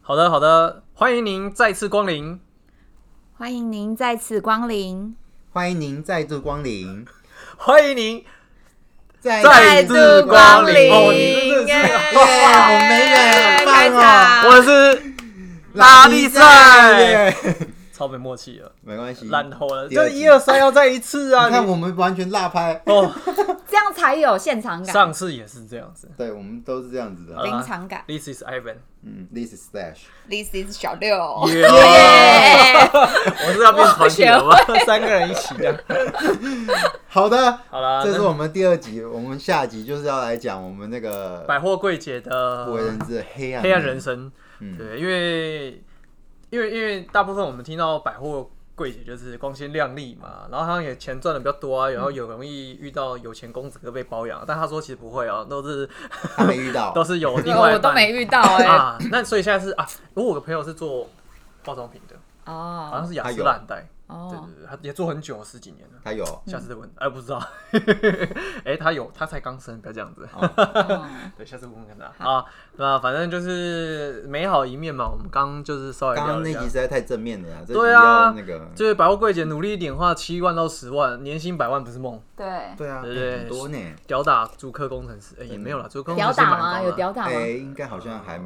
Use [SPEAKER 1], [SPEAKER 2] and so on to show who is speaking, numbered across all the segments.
[SPEAKER 1] 好的，好的，欢迎您再次光临。
[SPEAKER 2] 欢迎您再次光临，
[SPEAKER 3] 欢迎您再度光临，
[SPEAKER 1] 欢迎您，
[SPEAKER 3] 再
[SPEAKER 1] 再
[SPEAKER 2] 度
[SPEAKER 1] 度光临。
[SPEAKER 2] 光
[SPEAKER 1] 哦，
[SPEAKER 2] 临
[SPEAKER 1] 你真的
[SPEAKER 2] 耶
[SPEAKER 1] 是
[SPEAKER 3] 耶，好美
[SPEAKER 1] 啊
[SPEAKER 3] 美，
[SPEAKER 2] 开
[SPEAKER 3] 棒哦！
[SPEAKER 2] 场
[SPEAKER 1] 我是拉力赛，
[SPEAKER 3] 耶，
[SPEAKER 1] 超没默契了，
[SPEAKER 3] 没关系，
[SPEAKER 1] 烂透了。
[SPEAKER 3] 第二
[SPEAKER 1] 这
[SPEAKER 3] 集
[SPEAKER 1] 一二三要再一次啊！
[SPEAKER 3] 你看
[SPEAKER 1] 你
[SPEAKER 3] 我们完全落拍，
[SPEAKER 1] 哦，
[SPEAKER 2] 这样才有现场感、
[SPEAKER 1] 上呃次也是这样子。
[SPEAKER 3] 对我们都是这样子
[SPEAKER 1] 好
[SPEAKER 3] 的。
[SPEAKER 1] 啦
[SPEAKER 2] 临场感。
[SPEAKER 1] This is Ivan，
[SPEAKER 3] 嗯，This is Slash，
[SPEAKER 2] This is 小六，
[SPEAKER 3] 哦
[SPEAKER 1] 耶！
[SPEAKER 2] 耶
[SPEAKER 1] 我是要变团体了吗？ 三个人一起的。
[SPEAKER 3] 好的，
[SPEAKER 1] 好啦，
[SPEAKER 3] 这是
[SPEAKER 1] 那
[SPEAKER 3] 我们第二集，我们下集就是要来讲我们那个
[SPEAKER 1] 百货柜姐的
[SPEAKER 3] 不为人知的黑暗
[SPEAKER 1] 黑暗人生。
[SPEAKER 3] 嗯
[SPEAKER 1] 对，因为因为因为大部分我们听到百货柜姐就是光鲜亮丽嘛，然后她也钱赚的比较多啊，然
[SPEAKER 3] 嗯
[SPEAKER 1] 后有容易遇到有钱公子哥被包养，但她说其实不会啊，都是
[SPEAKER 3] 还没遇 到
[SPEAKER 1] 都，是有另外一
[SPEAKER 2] 我都
[SPEAKER 1] 半
[SPEAKER 2] 没遇到哎、
[SPEAKER 1] 啊。那所以现在是啊，我有个朋友是做化妆品的，好像
[SPEAKER 2] 哦
[SPEAKER 1] 是雅
[SPEAKER 3] 他
[SPEAKER 1] 诗
[SPEAKER 3] 有嗯
[SPEAKER 1] 兰黛，对
[SPEAKER 2] 哦，
[SPEAKER 1] 对对，他也做很久十几年了。
[SPEAKER 3] 他 有
[SPEAKER 1] 下次再问，哎、不知道， 哎、他有，他才刚生，不要这样子。
[SPEAKER 2] 嗯
[SPEAKER 1] 对，下次问问看他啊。那反正就是美好一面嘛，我们刚刚就是稍微
[SPEAKER 3] 刚
[SPEAKER 1] 聊
[SPEAKER 3] 刚
[SPEAKER 1] 了
[SPEAKER 3] 那
[SPEAKER 1] 一
[SPEAKER 3] 集
[SPEAKER 1] 下
[SPEAKER 3] 实。在太正面了呀，这集
[SPEAKER 1] 对啊
[SPEAKER 3] 要那个
[SPEAKER 1] 就是百货柜姐努力一点，花七万到十万，年薪百万不是梦。
[SPEAKER 2] 对，
[SPEAKER 3] 对啊，
[SPEAKER 1] 对对
[SPEAKER 3] 很多呢，
[SPEAKER 1] 吊打租客工程师，哎、也没有啦，租客工程
[SPEAKER 2] 屌
[SPEAKER 1] 师
[SPEAKER 2] 打
[SPEAKER 1] 蛮
[SPEAKER 2] 吗？
[SPEAKER 1] 高
[SPEAKER 2] 有
[SPEAKER 1] 的啊。
[SPEAKER 2] 屌打吗？
[SPEAKER 3] 哎，应该好像还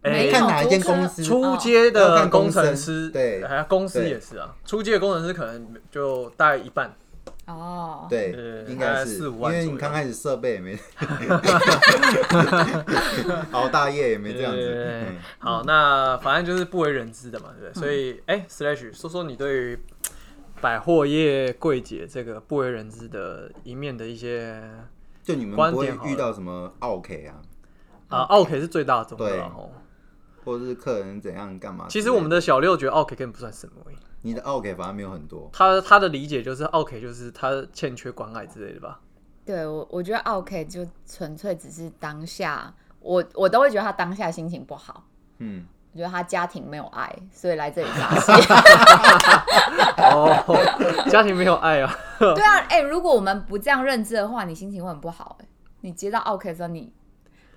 [SPEAKER 1] 哎
[SPEAKER 2] 没有
[SPEAKER 3] 看哪一间
[SPEAKER 2] 租客
[SPEAKER 3] 公司
[SPEAKER 1] 初阶
[SPEAKER 3] 要
[SPEAKER 1] 的
[SPEAKER 3] 看
[SPEAKER 1] 啊工
[SPEAKER 3] 公
[SPEAKER 1] 程
[SPEAKER 3] 司
[SPEAKER 1] 师，
[SPEAKER 3] 对
[SPEAKER 1] 还有公司
[SPEAKER 3] 对
[SPEAKER 1] 也是啊。初阶的工程师可能就大概一半，
[SPEAKER 2] 哦，
[SPEAKER 3] 对
[SPEAKER 1] 呃，
[SPEAKER 3] 应
[SPEAKER 1] 大概
[SPEAKER 3] 该
[SPEAKER 1] 4-5
[SPEAKER 3] 是，因
[SPEAKER 1] 万
[SPEAKER 3] 为
[SPEAKER 1] 左右
[SPEAKER 3] 你刚开始设备 也没，熬大夜也没这样
[SPEAKER 1] 对对
[SPEAKER 3] 子。
[SPEAKER 1] 对
[SPEAKER 3] 嗯
[SPEAKER 1] 好，那反正就是不为人知的嘛，对不对？所以，哎、s l a s h 说说你对于百货业柜姐这个不为人知的一面的一些
[SPEAKER 3] 就你们
[SPEAKER 1] 观
[SPEAKER 3] 不会
[SPEAKER 1] 点好了
[SPEAKER 3] 遇到什么 OK 啊，
[SPEAKER 1] 啊，奥 K 是最大宗的
[SPEAKER 3] 对啊
[SPEAKER 1] 啦吼。
[SPEAKER 3] 或者是客人怎样干嘛之类的？
[SPEAKER 1] 其实我们的小六觉得奥 K 根本不算什么、欸，
[SPEAKER 3] 你的 OK 反而没有很多，
[SPEAKER 1] 他他的理解就是奥 K 就是他欠缺关爱之类的吧。
[SPEAKER 2] 对我，我觉得 OK 就纯粹只是当下，我我都会觉得他当下心情不好，
[SPEAKER 3] 嗯，
[SPEAKER 2] 我觉得他家庭没有爱，所以来这里发泄。
[SPEAKER 1] 哦，家庭没有爱啊。
[SPEAKER 2] 对啊，哎、如果我们不这样认知的话，你心情会很不好、哎，你接到 OK 之后，你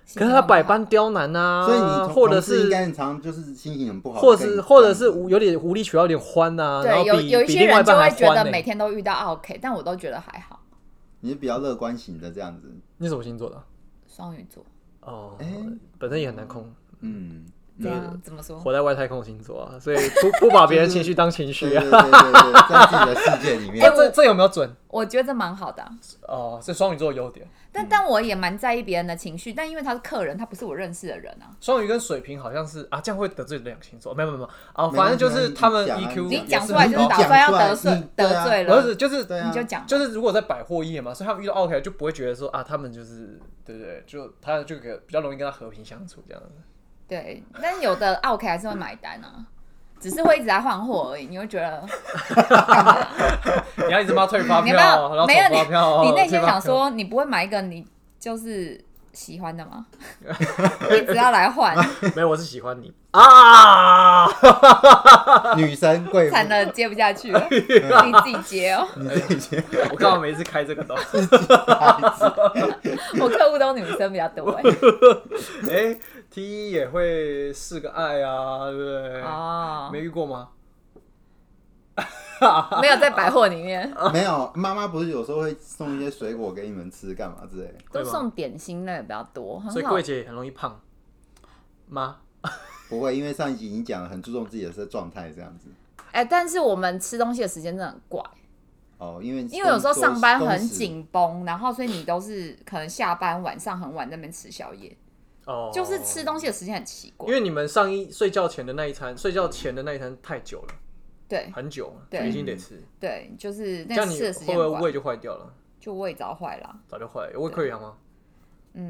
[SPEAKER 2] 心
[SPEAKER 1] 可
[SPEAKER 2] 情
[SPEAKER 1] 是
[SPEAKER 2] 会
[SPEAKER 1] 他
[SPEAKER 2] 很不好
[SPEAKER 1] 百般刁难啊，
[SPEAKER 3] 所以你同
[SPEAKER 1] 或者
[SPEAKER 3] 同事
[SPEAKER 1] 是
[SPEAKER 3] 应该很常就是心情很不好，
[SPEAKER 1] 或
[SPEAKER 3] 跟你
[SPEAKER 1] 是或者
[SPEAKER 3] 这
[SPEAKER 1] 是
[SPEAKER 3] 样子
[SPEAKER 1] 无有点无理取闹，有点欢呐、啊，然
[SPEAKER 2] 对，
[SPEAKER 1] 后
[SPEAKER 2] 有
[SPEAKER 1] 比
[SPEAKER 2] 有一
[SPEAKER 1] 比
[SPEAKER 2] 些
[SPEAKER 1] 另外一
[SPEAKER 2] 人就
[SPEAKER 1] 半还
[SPEAKER 2] 会觉
[SPEAKER 1] 欢
[SPEAKER 2] 得
[SPEAKER 1] 呢、
[SPEAKER 2] 每天都遇到 OK，但我都觉得还好。
[SPEAKER 3] 你是比较乐观型的这样子，
[SPEAKER 1] 你什么星座的啊？
[SPEAKER 2] 双鱼座
[SPEAKER 1] 哦，
[SPEAKER 3] 哎
[SPEAKER 1] 本身也很难控，
[SPEAKER 3] 嗯，
[SPEAKER 2] 这
[SPEAKER 3] 嗯
[SPEAKER 2] 样怎么说？
[SPEAKER 1] 活在外太空星座啊，所以不不把别人情绪当情
[SPEAKER 3] 对
[SPEAKER 1] 绪
[SPEAKER 3] 对
[SPEAKER 1] 啊。
[SPEAKER 3] 对对对，在自己的世界里
[SPEAKER 1] 哎、
[SPEAKER 3] 面，
[SPEAKER 1] 这这有没有准？
[SPEAKER 2] 我觉得这蛮好的啊、
[SPEAKER 1] 哦，是双鱼座的优点。
[SPEAKER 2] 但但我也蛮在意别人的情绪，但因为他是客人，他不是我认识的人啊。
[SPEAKER 1] 双鱼跟水瓶好像是啊，这样会得罪两个星座，没有没有没有啊，
[SPEAKER 3] 没
[SPEAKER 1] 反正就
[SPEAKER 3] 关系
[SPEAKER 1] 是他们
[SPEAKER 3] 你讲啊
[SPEAKER 1] EQ
[SPEAKER 3] 你
[SPEAKER 2] 你
[SPEAKER 3] 也
[SPEAKER 2] 讲
[SPEAKER 1] 是
[SPEAKER 2] 出来
[SPEAKER 1] 很
[SPEAKER 2] 就是
[SPEAKER 1] 高
[SPEAKER 2] 打算要得
[SPEAKER 3] 你啊
[SPEAKER 2] 罪
[SPEAKER 3] 讲出来
[SPEAKER 2] 得罪
[SPEAKER 1] 我
[SPEAKER 2] 了，
[SPEAKER 1] 是就是
[SPEAKER 3] 对啊，
[SPEAKER 2] 你就讲。
[SPEAKER 1] 就是如果在百货业嘛，所以他们遇到 OK 就不会觉得说啊，他们就是对不对？就他就给比较容易跟他和平相处这样子。
[SPEAKER 2] 对，但有的 OK 还是会买单啊，只是会一直在换货而已。你会觉得
[SPEAKER 1] 你要一直帮他退发
[SPEAKER 2] 你要不要
[SPEAKER 1] 票，然后
[SPEAKER 2] 没有
[SPEAKER 1] 投发票，
[SPEAKER 2] 你内心
[SPEAKER 1] 退发票，
[SPEAKER 2] 想说，你不会买一个你就是喜欢的吗？ 一直要来换，
[SPEAKER 1] 没有，我是喜欢你 啊。
[SPEAKER 3] 女神贵妇，
[SPEAKER 2] 惨了，接不下去了，你自己接哦。
[SPEAKER 3] 你自己先
[SPEAKER 1] 我干嘛每次开这个东西？
[SPEAKER 2] 我客户都女生比较多哎。
[SPEAKER 1] 哎、t 一也会是个爱啊，对不对？
[SPEAKER 2] 哦
[SPEAKER 1] 没，遇过吗？
[SPEAKER 2] 没有在百货里面，
[SPEAKER 3] 没有，妈妈不是有时候会送一些水果给你们吃，干嘛之类的。
[SPEAKER 2] 都送点心类比较多，很
[SPEAKER 1] 所以
[SPEAKER 2] 好
[SPEAKER 1] 柜。姐也很容易胖吗？
[SPEAKER 3] 不会，因为上一集已经讲了，很注重自己的状态这样子。
[SPEAKER 2] 哎，但是我们吃东西的时间真的很怪，
[SPEAKER 3] 哦，因为
[SPEAKER 2] 因为有时候上班
[SPEAKER 3] 工
[SPEAKER 2] 很
[SPEAKER 3] 时，
[SPEAKER 2] 紧绷，然后所以你都是可能下班晚上很晚在那边吃宵夜，
[SPEAKER 1] 哦，
[SPEAKER 2] 就是吃东西的时间很奇怪
[SPEAKER 1] 因。为你们上一睡觉前的那一餐，睡觉前的那一餐太久了，
[SPEAKER 2] 对
[SPEAKER 1] 很久了，
[SPEAKER 2] 嗯对
[SPEAKER 1] 所以一定得吃。
[SPEAKER 2] 对，就是
[SPEAKER 1] 这
[SPEAKER 2] 那
[SPEAKER 1] 样你
[SPEAKER 2] 吃的时
[SPEAKER 1] 会
[SPEAKER 2] 间
[SPEAKER 1] 不会
[SPEAKER 2] 很怪，
[SPEAKER 1] 胃就坏掉了？
[SPEAKER 2] 就胃早坏了，
[SPEAKER 1] 早就坏了，有胃溃疡啊吗？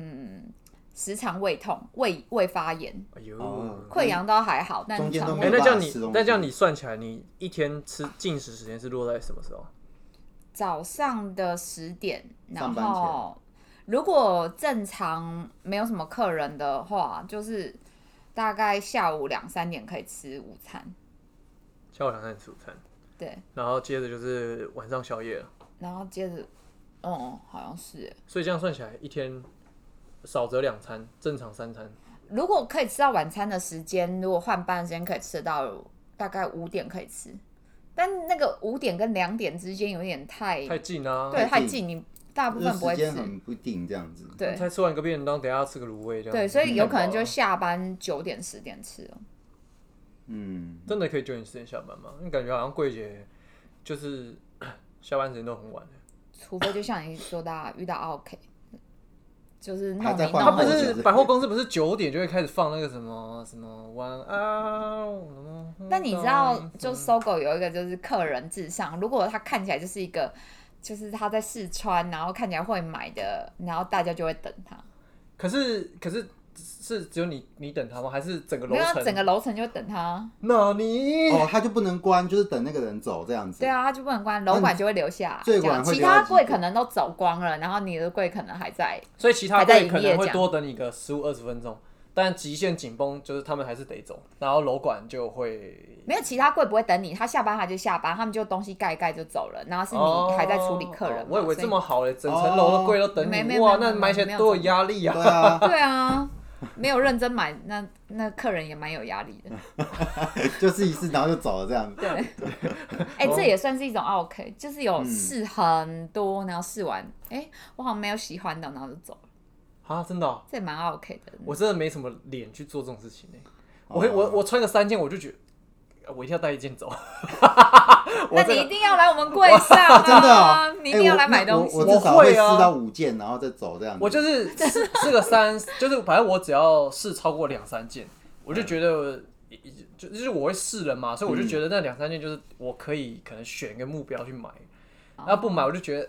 [SPEAKER 2] 时常胃痛、胃胃发炎、
[SPEAKER 1] 哎呦，
[SPEAKER 3] 哦
[SPEAKER 1] 哎、
[SPEAKER 2] 溃疡倒还好，但
[SPEAKER 3] 中间
[SPEAKER 2] 肠
[SPEAKER 3] 都
[SPEAKER 2] 胃
[SPEAKER 3] 没
[SPEAKER 1] 那
[SPEAKER 3] 有
[SPEAKER 1] 这样
[SPEAKER 3] 没办法吃
[SPEAKER 1] 你
[SPEAKER 3] 东西
[SPEAKER 1] 那这样你算起来，你一天吃进食时间是落在什么时候？
[SPEAKER 2] 早上的十点，然
[SPEAKER 3] 上班前
[SPEAKER 2] 后如果正常没有什么客人的话，就是大概下午两三点可以吃午餐，
[SPEAKER 1] 下午两三点吃午餐，
[SPEAKER 2] 对，
[SPEAKER 1] 然后接着就是晚上宵夜了。
[SPEAKER 2] 然后接着，哦、好像是耶，
[SPEAKER 1] 所以这样算起来，一天少则两餐，正常三餐。
[SPEAKER 2] 如果可以吃到晚餐的时间，如果换班的时间可以吃到大概五点可以吃，但那个五点跟两点之间有点太
[SPEAKER 1] 太近啊。
[SPEAKER 2] 对
[SPEAKER 3] 太
[SPEAKER 2] 太近，
[SPEAKER 3] 近
[SPEAKER 2] 你大部
[SPEAKER 3] 就
[SPEAKER 2] 分不
[SPEAKER 3] 时
[SPEAKER 2] 会
[SPEAKER 3] 间
[SPEAKER 2] 吃，
[SPEAKER 3] 很不定这样子。
[SPEAKER 2] 对
[SPEAKER 1] 才吃完一个便当，等一下要吃个卤味这样。嗯
[SPEAKER 2] 对，所以有可能就
[SPEAKER 1] 太饱了
[SPEAKER 2] 下班九点十点吃了。
[SPEAKER 3] 嗯，
[SPEAKER 1] 真的可以九点十点下班吗？你感觉好像柜姐就是下班时间都很晚。
[SPEAKER 2] 除非就像你说的、啊，遇 到 OK，就是弄
[SPEAKER 3] 还在
[SPEAKER 2] 你
[SPEAKER 3] 换
[SPEAKER 1] 他
[SPEAKER 2] 弄
[SPEAKER 1] 不
[SPEAKER 3] 后
[SPEAKER 2] 你，
[SPEAKER 3] 景
[SPEAKER 1] 是百货公司，不是九点就会开始放那个什么什么晚安。
[SPEAKER 2] 但你知道，
[SPEAKER 1] 嗯
[SPEAKER 2] 就搜狗有一个就是客人至上，如果他看起来就是一个，就是他在试穿，然后看起来会买的，然后大家就会等他，
[SPEAKER 1] 可是可是是只有你你等他吗？还是整个楼
[SPEAKER 2] 没有啊
[SPEAKER 1] 层？
[SPEAKER 2] 整个楼层就等他。
[SPEAKER 1] 那你
[SPEAKER 3] 哦，他就不能关，就是等那个人走这样子。
[SPEAKER 2] 对，啊，他就不能关，楼管就会留下。
[SPEAKER 3] 最
[SPEAKER 2] 这样
[SPEAKER 3] 晚会
[SPEAKER 2] 其
[SPEAKER 3] 留到
[SPEAKER 2] 他
[SPEAKER 3] 几
[SPEAKER 2] 柜
[SPEAKER 3] 点
[SPEAKER 2] 可能都走光了，然后你的柜可能还在。
[SPEAKER 1] 所以其他
[SPEAKER 2] 还在
[SPEAKER 1] 队
[SPEAKER 2] 营
[SPEAKER 1] 可
[SPEAKER 2] 业
[SPEAKER 1] 能会
[SPEAKER 2] 这样
[SPEAKER 1] 多等你个十五二十分钟，但极限紧绷就是他们还是得走，然后楼管就会
[SPEAKER 2] 没有其他柜不会等你，他下班他就下班，他们就东西盖一盖就走了，然后是你还在处理客人
[SPEAKER 1] 哦
[SPEAKER 2] 嘛、
[SPEAKER 1] 我以为
[SPEAKER 2] 所哦
[SPEAKER 1] 这么好嘞，整层楼的柜都等
[SPEAKER 2] 没
[SPEAKER 1] 你，
[SPEAKER 2] 没有
[SPEAKER 1] 哇，
[SPEAKER 2] 没有
[SPEAKER 1] 那买起
[SPEAKER 2] 没
[SPEAKER 1] 来
[SPEAKER 2] 有
[SPEAKER 1] 多有压力啊！
[SPEAKER 3] 对 啊，
[SPEAKER 2] 对啊，没有认真买，那那客人也蛮有压 力的。
[SPEAKER 3] 就试一试，然后就走了这样子。
[SPEAKER 1] 啊
[SPEAKER 2] 哎、
[SPEAKER 1] 哦
[SPEAKER 2] 这也算是一种 OK，就是有
[SPEAKER 3] 嗯
[SPEAKER 2] 试很多，然后试完，哎、我好像没有喜欢的，然后就走了，
[SPEAKER 1] 啊，真的哦、
[SPEAKER 2] 这也蛮 OK 的。
[SPEAKER 1] 我真的没什么脸去做这种事情呢、欸我
[SPEAKER 2] 哦
[SPEAKER 3] 哦
[SPEAKER 1] 会我我穿个三件，我就觉得呃我一定要带一件走。
[SPEAKER 2] 那
[SPEAKER 1] 我
[SPEAKER 2] 你
[SPEAKER 1] 这
[SPEAKER 2] 一
[SPEAKER 1] 个
[SPEAKER 2] 定要来我们柜上 啊！
[SPEAKER 3] 真的啊、
[SPEAKER 2] 你一定要
[SPEAKER 3] 哎
[SPEAKER 2] 来
[SPEAKER 3] 我
[SPEAKER 2] 买东西。
[SPEAKER 3] 我我至少
[SPEAKER 1] 我
[SPEAKER 3] 会
[SPEAKER 1] 会
[SPEAKER 3] 四
[SPEAKER 1] 啊
[SPEAKER 3] 到五件，然后再走这样子。
[SPEAKER 1] 我就是试试个三，就是反正我只要试超过两三件，我就觉得。就就是我会试了嘛，所以
[SPEAKER 3] 嗯
[SPEAKER 1] 我就觉得那两三件就是我可以可能选一个目标去买，然后不买我就觉得，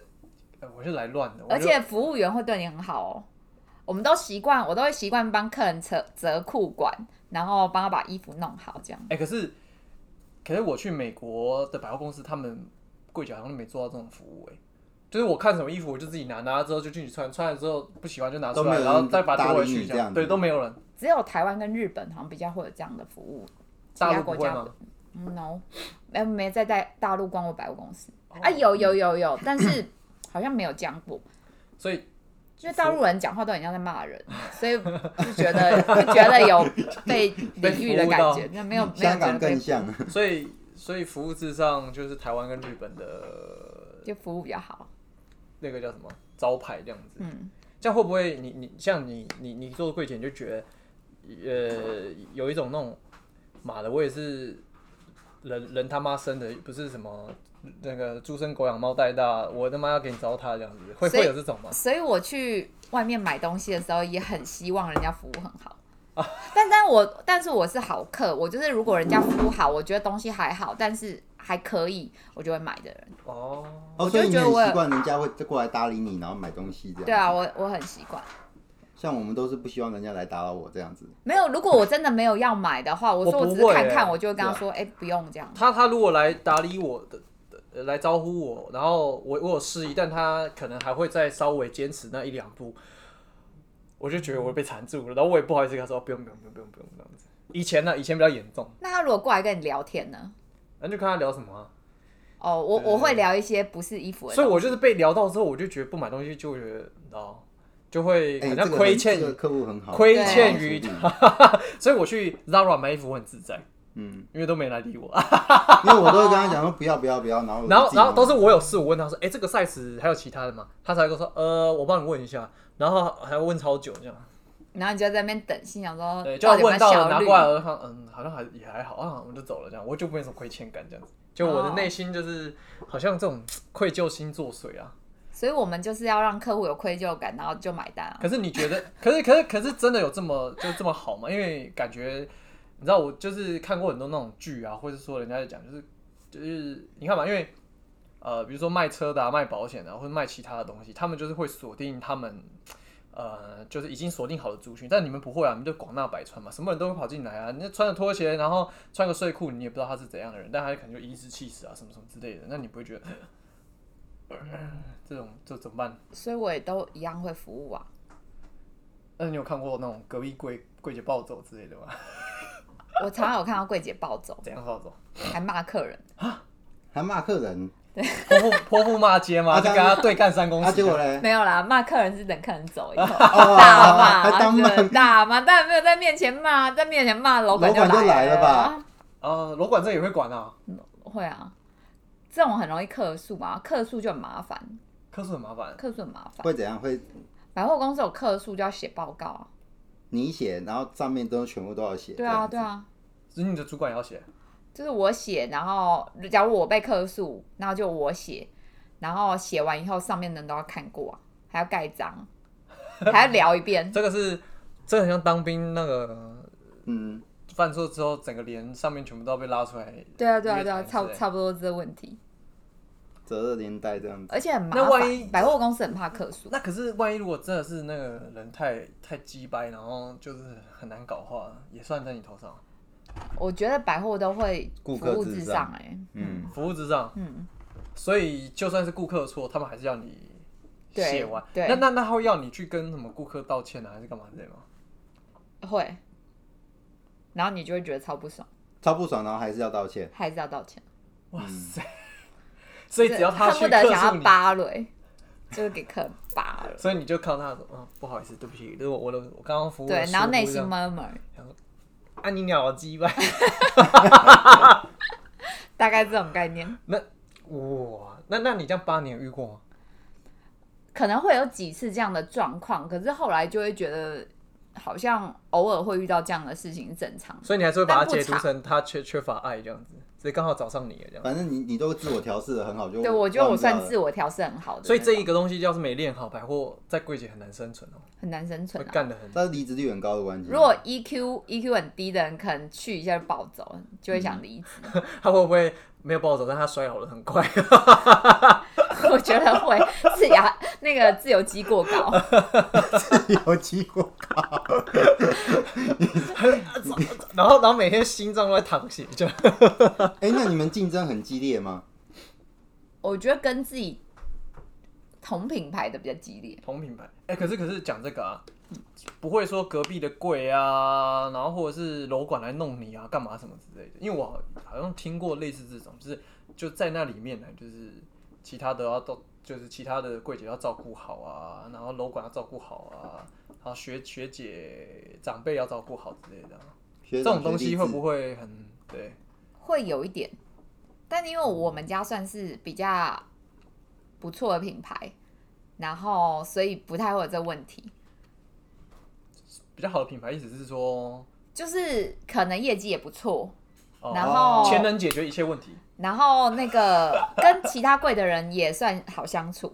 [SPEAKER 1] 呃我是来乱的，我
[SPEAKER 2] 哦而
[SPEAKER 1] 就
[SPEAKER 2] 且服务员会对你很好哦。我们都习惯，我都会习惯帮客人折折裤管，然后帮他把衣服弄好，这样。
[SPEAKER 1] 哎、可是可是我去美国的百货公司，他们柜姐好像没做到这种服务、哎，就是我看什么衣服我就自己拿，拿了之后就进去穿，穿了之后不喜欢就拿出
[SPEAKER 3] 都没
[SPEAKER 1] 来，
[SPEAKER 3] 有人
[SPEAKER 1] 然后再把它丢回
[SPEAKER 3] 搭理
[SPEAKER 1] 去
[SPEAKER 3] 你这样子
[SPEAKER 1] 对，都没有人，
[SPEAKER 2] 只有台湾跟日本好像比较会有这样的服务，其
[SPEAKER 1] 大
[SPEAKER 2] 他
[SPEAKER 1] 陆不
[SPEAKER 2] 国
[SPEAKER 1] 会
[SPEAKER 2] 家
[SPEAKER 1] 吗？
[SPEAKER 2] 嗯 no，没没在在大陆逛过百货公司、
[SPEAKER 1] 哦
[SPEAKER 2] 啊，有有有有，但是好像没有讲过，
[SPEAKER 1] 所以
[SPEAKER 2] 因为大陆人讲话都很像在骂人，所以就觉得 就觉得有被
[SPEAKER 1] 被
[SPEAKER 2] 领域的
[SPEAKER 1] 服务
[SPEAKER 2] 感
[SPEAKER 1] 到
[SPEAKER 2] 觉，那没有没有
[SPEAKER 3] 嗯香
[SPEAKER 2] 觉得
[SPEAKER 3] 港
[SPEAKER 2] 被
[SPEAKER 3] 更像，
[SPEAKER 1] 所以所以服务至上就是台湾跟日本的
[SPEAKER 2] 就服务比较好，
[SPEAKER 1] 那个叫什么招牌这样子，
[SPEAKER 2] 嗯，
[SPEAKER 1] 这样会不会你你像你你你做柜姐你就觉得呃有一种那种妈的我也是人人他妈生的不是什么那个猪生狗养猫带大我他妈要给你糟蹋这样子会
[SPEAKER 2] 所以
[SPEAKER 1] 会有这种吗？
[SPEAKER 2] 所以我去外面买东西的时候，也很希望人家服务很好。
[SPEAKER 1] 啊
[SPEAKER 2] 但但我但是我是好客，我就是如果人家服务好，我觉得东西还好，但是还可以，我就会买的人。
[SPEAKER 1] 哦，
[SPEAKER 3] 哦，
[SPEAKER 2] 我
[SPEAKER 3] 所以
[SPEAKER 2] 就
[SPEAKER 3] 你
[SPEAKER 2] 觉得
[SPEAKER 3] 很
[SPEAKER 2] 我
[SPEAKER 3] 习惯人家会过来搭理你，然后买东西这样。
[SPEAKER 2] 对啊，，我我很习惯。
[SPEAKER 3] 像我们都是不希望人家来打扰我这样子。
[SPEAKER 2] 没有，如果我真的没有要买的话，我说
[SPEAKER 1] 我
[SPEAKER 2] 我
[SPEAKER 1] 不
[SPEAKER 2] 只是看
[SPEAKER 1] 会
[SPEAKER 2] 看，
[SPEAKER 1] 欸
[SPEAKER 2] 我就会跟他
[SPEAKER 3] 对啊
[SPEAKER 2] 说，哎、不用这样。
[SPEAKER 1] 他他如果来打理我的。呃来招呼我，然后我我有示意，但他可能还会再稍微坚持那一两步，我就觉得我被缠住了，然后我也不好意思跟他说不用不用不用不用不用这样子。以前呢，以前比较严重，
[SPEAKER 2] 那他如果过来跟你聊天呢？
[SPEAKER 1] 那就看他聊什么啊、
[SPEAKER 2] 哦，我我会聊一些不是衣服的
[SPEAKER 1] 所以
[SPEAKER 2] 东
[SPEAKER 1] 我就是被聊到之后，我就觉得不买东西就觉得，你知道，就会
[SPEAKER 3] 哎、
[SPEAKER 1] 好
[SPEAKER 3] 这
[SPEAKER 1] 像
[SPEAKER 3] 个
[SPEAKER 1] 亏
[SPEAKER 3] 很
[SPEAKER 1] 欠
[SPEAKER 3] 这个
[SPEAKER 1] 于。
[SPEAKER 3] 客户很好，
[SPEAKER 1] 亏
[SPEAKER 3] 很好
[SPEAKER 2] 欠
[SPEAKER 3] 处
[SPEAKER 1] 于
[SPEAKER 3] 理
[SPEAKER 1] 所以我去 Zara 买衣服，我很自在，
[SPEAKER 3] 嗯，
[SPEAKER 1] 因为都没人来理我啊。
[SPEAKER 3] 因为我都会跟他讲说不要不要不要，然后我就
[SPEAKER 1] 然后
[SPEAKER 3] 自己
[SPEAKER 1] 然后
[SPEAKER 3] 弄
[SPEAKER 1] 都是我有事，我问他说：“哎、这个 size 还有其他的吗？”他才跟我说：“呃，我帮你问一下。”然后还问超久这样，
[SPEAKER 2] 西，然后你就在那边等，心想说，
[SPEAKER 1] 对，就
[SPEAKER 2] 到
[SPEAKER 1] 要
[SPEAKER 2] 底有没
[SPEAKER 1] 问
[SPEAKER 2] 有
[SPEAKER 1] 到了
[SPEAKER 2] 效
[SPEAKER 1] 拿
[SPEAKER 2] 率？
[SPEAKER 1] 过来，我就看，嗯，好像还也还好啊，我就走了这样，我就没有什么亏欠感这样子。就我的
[SPEAKER 2] 哦
[SPEAKER 1] 内心就是、好像这种愧疚心作祟啊。
[SPEAKER 2] 所以我们就是要让客户有愧疚感，然后就买单啊。
[SPEAKER 1] 可是你觉得，可是可是可是真的有这么就这么好吗？因为感觉你知道，我就是看过很多那种剧啊，或者说人家在讲，就是就是你看嘛，因为呃，比如说卖车的、啊、卖保险的、啊，或者卖其他的东西，他们就是会锁定他们呃，就是已经锁定好的族群，但你们不会啊，你们就广纳百川嘛，什么人都会跑进来啊。你就穿着拖鞋，然后穿个睡裤，你也不知道他是怎样的人，但他可能就颐指气使啊，什么什么之类的，那你不会觉得、呃这种这怎么办？
[SPEAKER 2] 所以我也都一样会服务啊。
[SPEAKER 1] 那你有看过那种隔壁柜柜姐暴走之类的吗？
[SPEAKER 2] 我常常有看到柜姐暴走，
[SPEAKER 1] 怎样暴走？
[SPEAKER 2] 还骂客人。
[SPEAKER 3] 还骂客人，
[SPEAKER 1] 泼妇泼妇骂街嘛，
[SPEAKER 3] 啊
[SPEAKER 1] 就跟他对干三公
[SPEAKER 3] 啊，
[SPEAKER 1] 尺。
[SPEAKER 3] 结果嘞，
[SPEAKER 2] 没有啦，骂客人是等客人走以后
[SPEAKER 3] 哦
[SPEAKER 2] 大骂，
[SPEAKER 3] 还当
[SPEAKER 2] 真的
[SPEAKER 3] 面
[SPEAKER 2] 大骂，但没有在面前骂，在面前骂老板
[SPEAKER 3] 老板就
[SPEAKER 2] 来
[SPEAKER 3] 来了吧？
[SPEAKER 1] 啊，楼管这也会管啊，
[SPEAKER 2] 会啊，这种很容易客诉嘛，客诉就很麻烦，
[SPEAKER 1] 客诉很麻烦。
[SPEAKER 2] 客诉很麻烦。
[SPEAKER 3] 会怎样？会
[SPEAKER 2] 百货公司有客诉就要写报告啊，
[SPEAKER 3] 你写，然后上面都全部都要写。
[SPEAKER 2] 对
[SPEAKER 3] 这
[SPEAKER 2] 啊，
[SPEAKER 3] 样子
[SPEAKER 2] 对。啊。
[SPEAKER 1] 所以你的主管也要写，
[SPEAKER 2] 就是我写，然后假如我被客诉，然后就我写，然后写完以后上面的人都要看过啊，还要盖章，还要聊一遍。
[SPEAKER 1] 这个是这个很像当兵那个
[SPEAKER 2] 啊
[SPEAKER 3] 嗯，
[SPEAKER 1] 犯错之后，整个连上面全部都要被拉出来。
[SPEAKER 2] 对啊，对啊，对啊，
[SPEAKER 1] 约谈
[SPEAKER 2] 差
[SPEAKER 1] 之类
[SPEAKER 2] 差不多这个问题，
[SPEAKER 3] 责任连带这样子。
[SPEAKER 2] 而且很麻
[SPEAKER 1] 那万一
[SPEAKER 2] 烦。百货公司很怕客诉，
[SPEAKER 1] 那可是万一如果真的是那个人太太鸡掰，然后就是很难搞的话，也算在你头上，
[SPEAKER 2] 我觉得百货都会服
[SPEAKER 3] 顾客
[SPEAKER 2] 务
[SPEAKER 3] 至
[SPEAKER 2] 至
[SPEAKER 3] 上
[SPEAKER 2] 上哎、
[SPEAKER 3] 嗯，
[SPEAKER 1] 服务至上。
[SPEAKER 2] 嗯，
[SPEAKER 1] 所以就算是顾客的错，他们还是要你
[SPEAKER 2] 对
[SPEAKER 1] 写完。
[SPEAKER 2] 对
[SPEAKER 1] 那那那他会要你去跟什么顾客道歉啊，还是干嘛之类吗？
[SPEAKER 2] 嗯会。然后你就会觉得超不爽，
[SPEAKER 3] 超不爽，然后还是要道歉。
[SPEAKER 2] 还是要道歉。
[SPEAKER 1] 哇塞！ 所以只要他
[SPEAKER 2] 恨
[SPEAKER 1] 去
[SPEAKER 2] 嗯不得
[SPEAKER 1] 客
[SPEAKER 2] 想
[SPEAKER 1] 诉
[SPEAKER 2] 要
[SPEAKER 1] 你，
[SPEAKER 2] 扒雷，就是给客人扒了。
[SPEAKER 1] 所以你就靠他说，嗯，不好意思，对不起，就是我我的我刚刚服务的
[SPEAKER 2] 对，然后内心
[SPEAKER 1] 疏忽这样？
[SPEAKER 2] murmur，
[SPEAKER 1] 啊，你鸟的鸡 掰！
[SPEAKER 2] 大概这种概念。
[SPEAKER 1] 哇，那那你这样八年有遇过吗？
[SPEAKER 2] 可能会有几次这样的状况，可是后来就会觉得好像偶尔会遇到这样的事情是正常的。
[SPEAKER 1] 所以你还是会把它
[SPEAKER 2] 但不
[SPEAKER 1] 解读
[SPEAKER 2] 长
[SPEAKER 1] 成他缺缺乏爱这样子，所以刚好找上你了这样。
[SPEAKER 3] 反正你你都自我调试的很好，就
[SPEAKER 2] 对，我觉得我算
[SPEAKER 3] 忘
[SPEAKER 2] 自
[SPEAKER 3] 掉了
[SPEAKER 2] 我调试很好的那种，
[SPEAKER 1] 所以这一个东西要是没练好，百货在柜姐很难生存哦，
[SPEAKER 2] 很难生
[SPEAKER 1] 会
[SPEAKER 2] 存啊。
[SPEAKER 1] 干得很。
[SPEAKER 3] 但是离职率很高的关系。
[SPEAKER 2] 如果 E EQ EQ 很低的人，可能去一下就暴走，就会
[SPEAKER 1] 嗯
[SPEAKER 2] 想离职。
[SPEAKER 1] 他会不会没有暴走，但他摔好了很快？
[SPEAKER 2] 我觉得会自牙那个自由基过高，
[SPEAKER 3] 有机会，
[SPEAKER 1] 然后然后每天心脏都在淌血，就
[SPEAKER 3] 哎、那你们竞争很激烈吗？
[SPEAKER 2] 我觉得跟自己同品牌的比较激烈。
[SPEAKER 1] 同品牌。哎、可是可是讲这个啊，不会说隔壁的柜啊，然后或者是楼管来弄你啊，干嘛什么之类的。因为我好像听过类似这种，就是就在那里面呢，就是其他的要都就是其他的柜姐要照顾好啊，然后楼管要照顾好啊，然后学学姐长辈要照顾好之类的啊。
[SPEAKER 3] 学
[SPEAKER 1] 这
[SPEAKER 3] 长
[SPEAKER 1] 种东西
[SPEAKER 3] 学弟
[SPEAKER 1] 会
[SPEAKER 3] 制
[SPEAKER 1] 不会很对？
[SPEAKER 2] 会有一点，但因为我们家算是比较不错的品牌，然后所以不太会有这问题，
[SPEAKER 1] 比较好的品牌，意思是说，
[SPEAKER 2] 就是可能业绩也不错，
[SPEAKER 1] 哦、
[SPEAKER 2] 然后
[SPEAKER 1] 钱能解决一切问题。
[SPEAKER 2] 然后那 个跟其他柜的人也算好相处。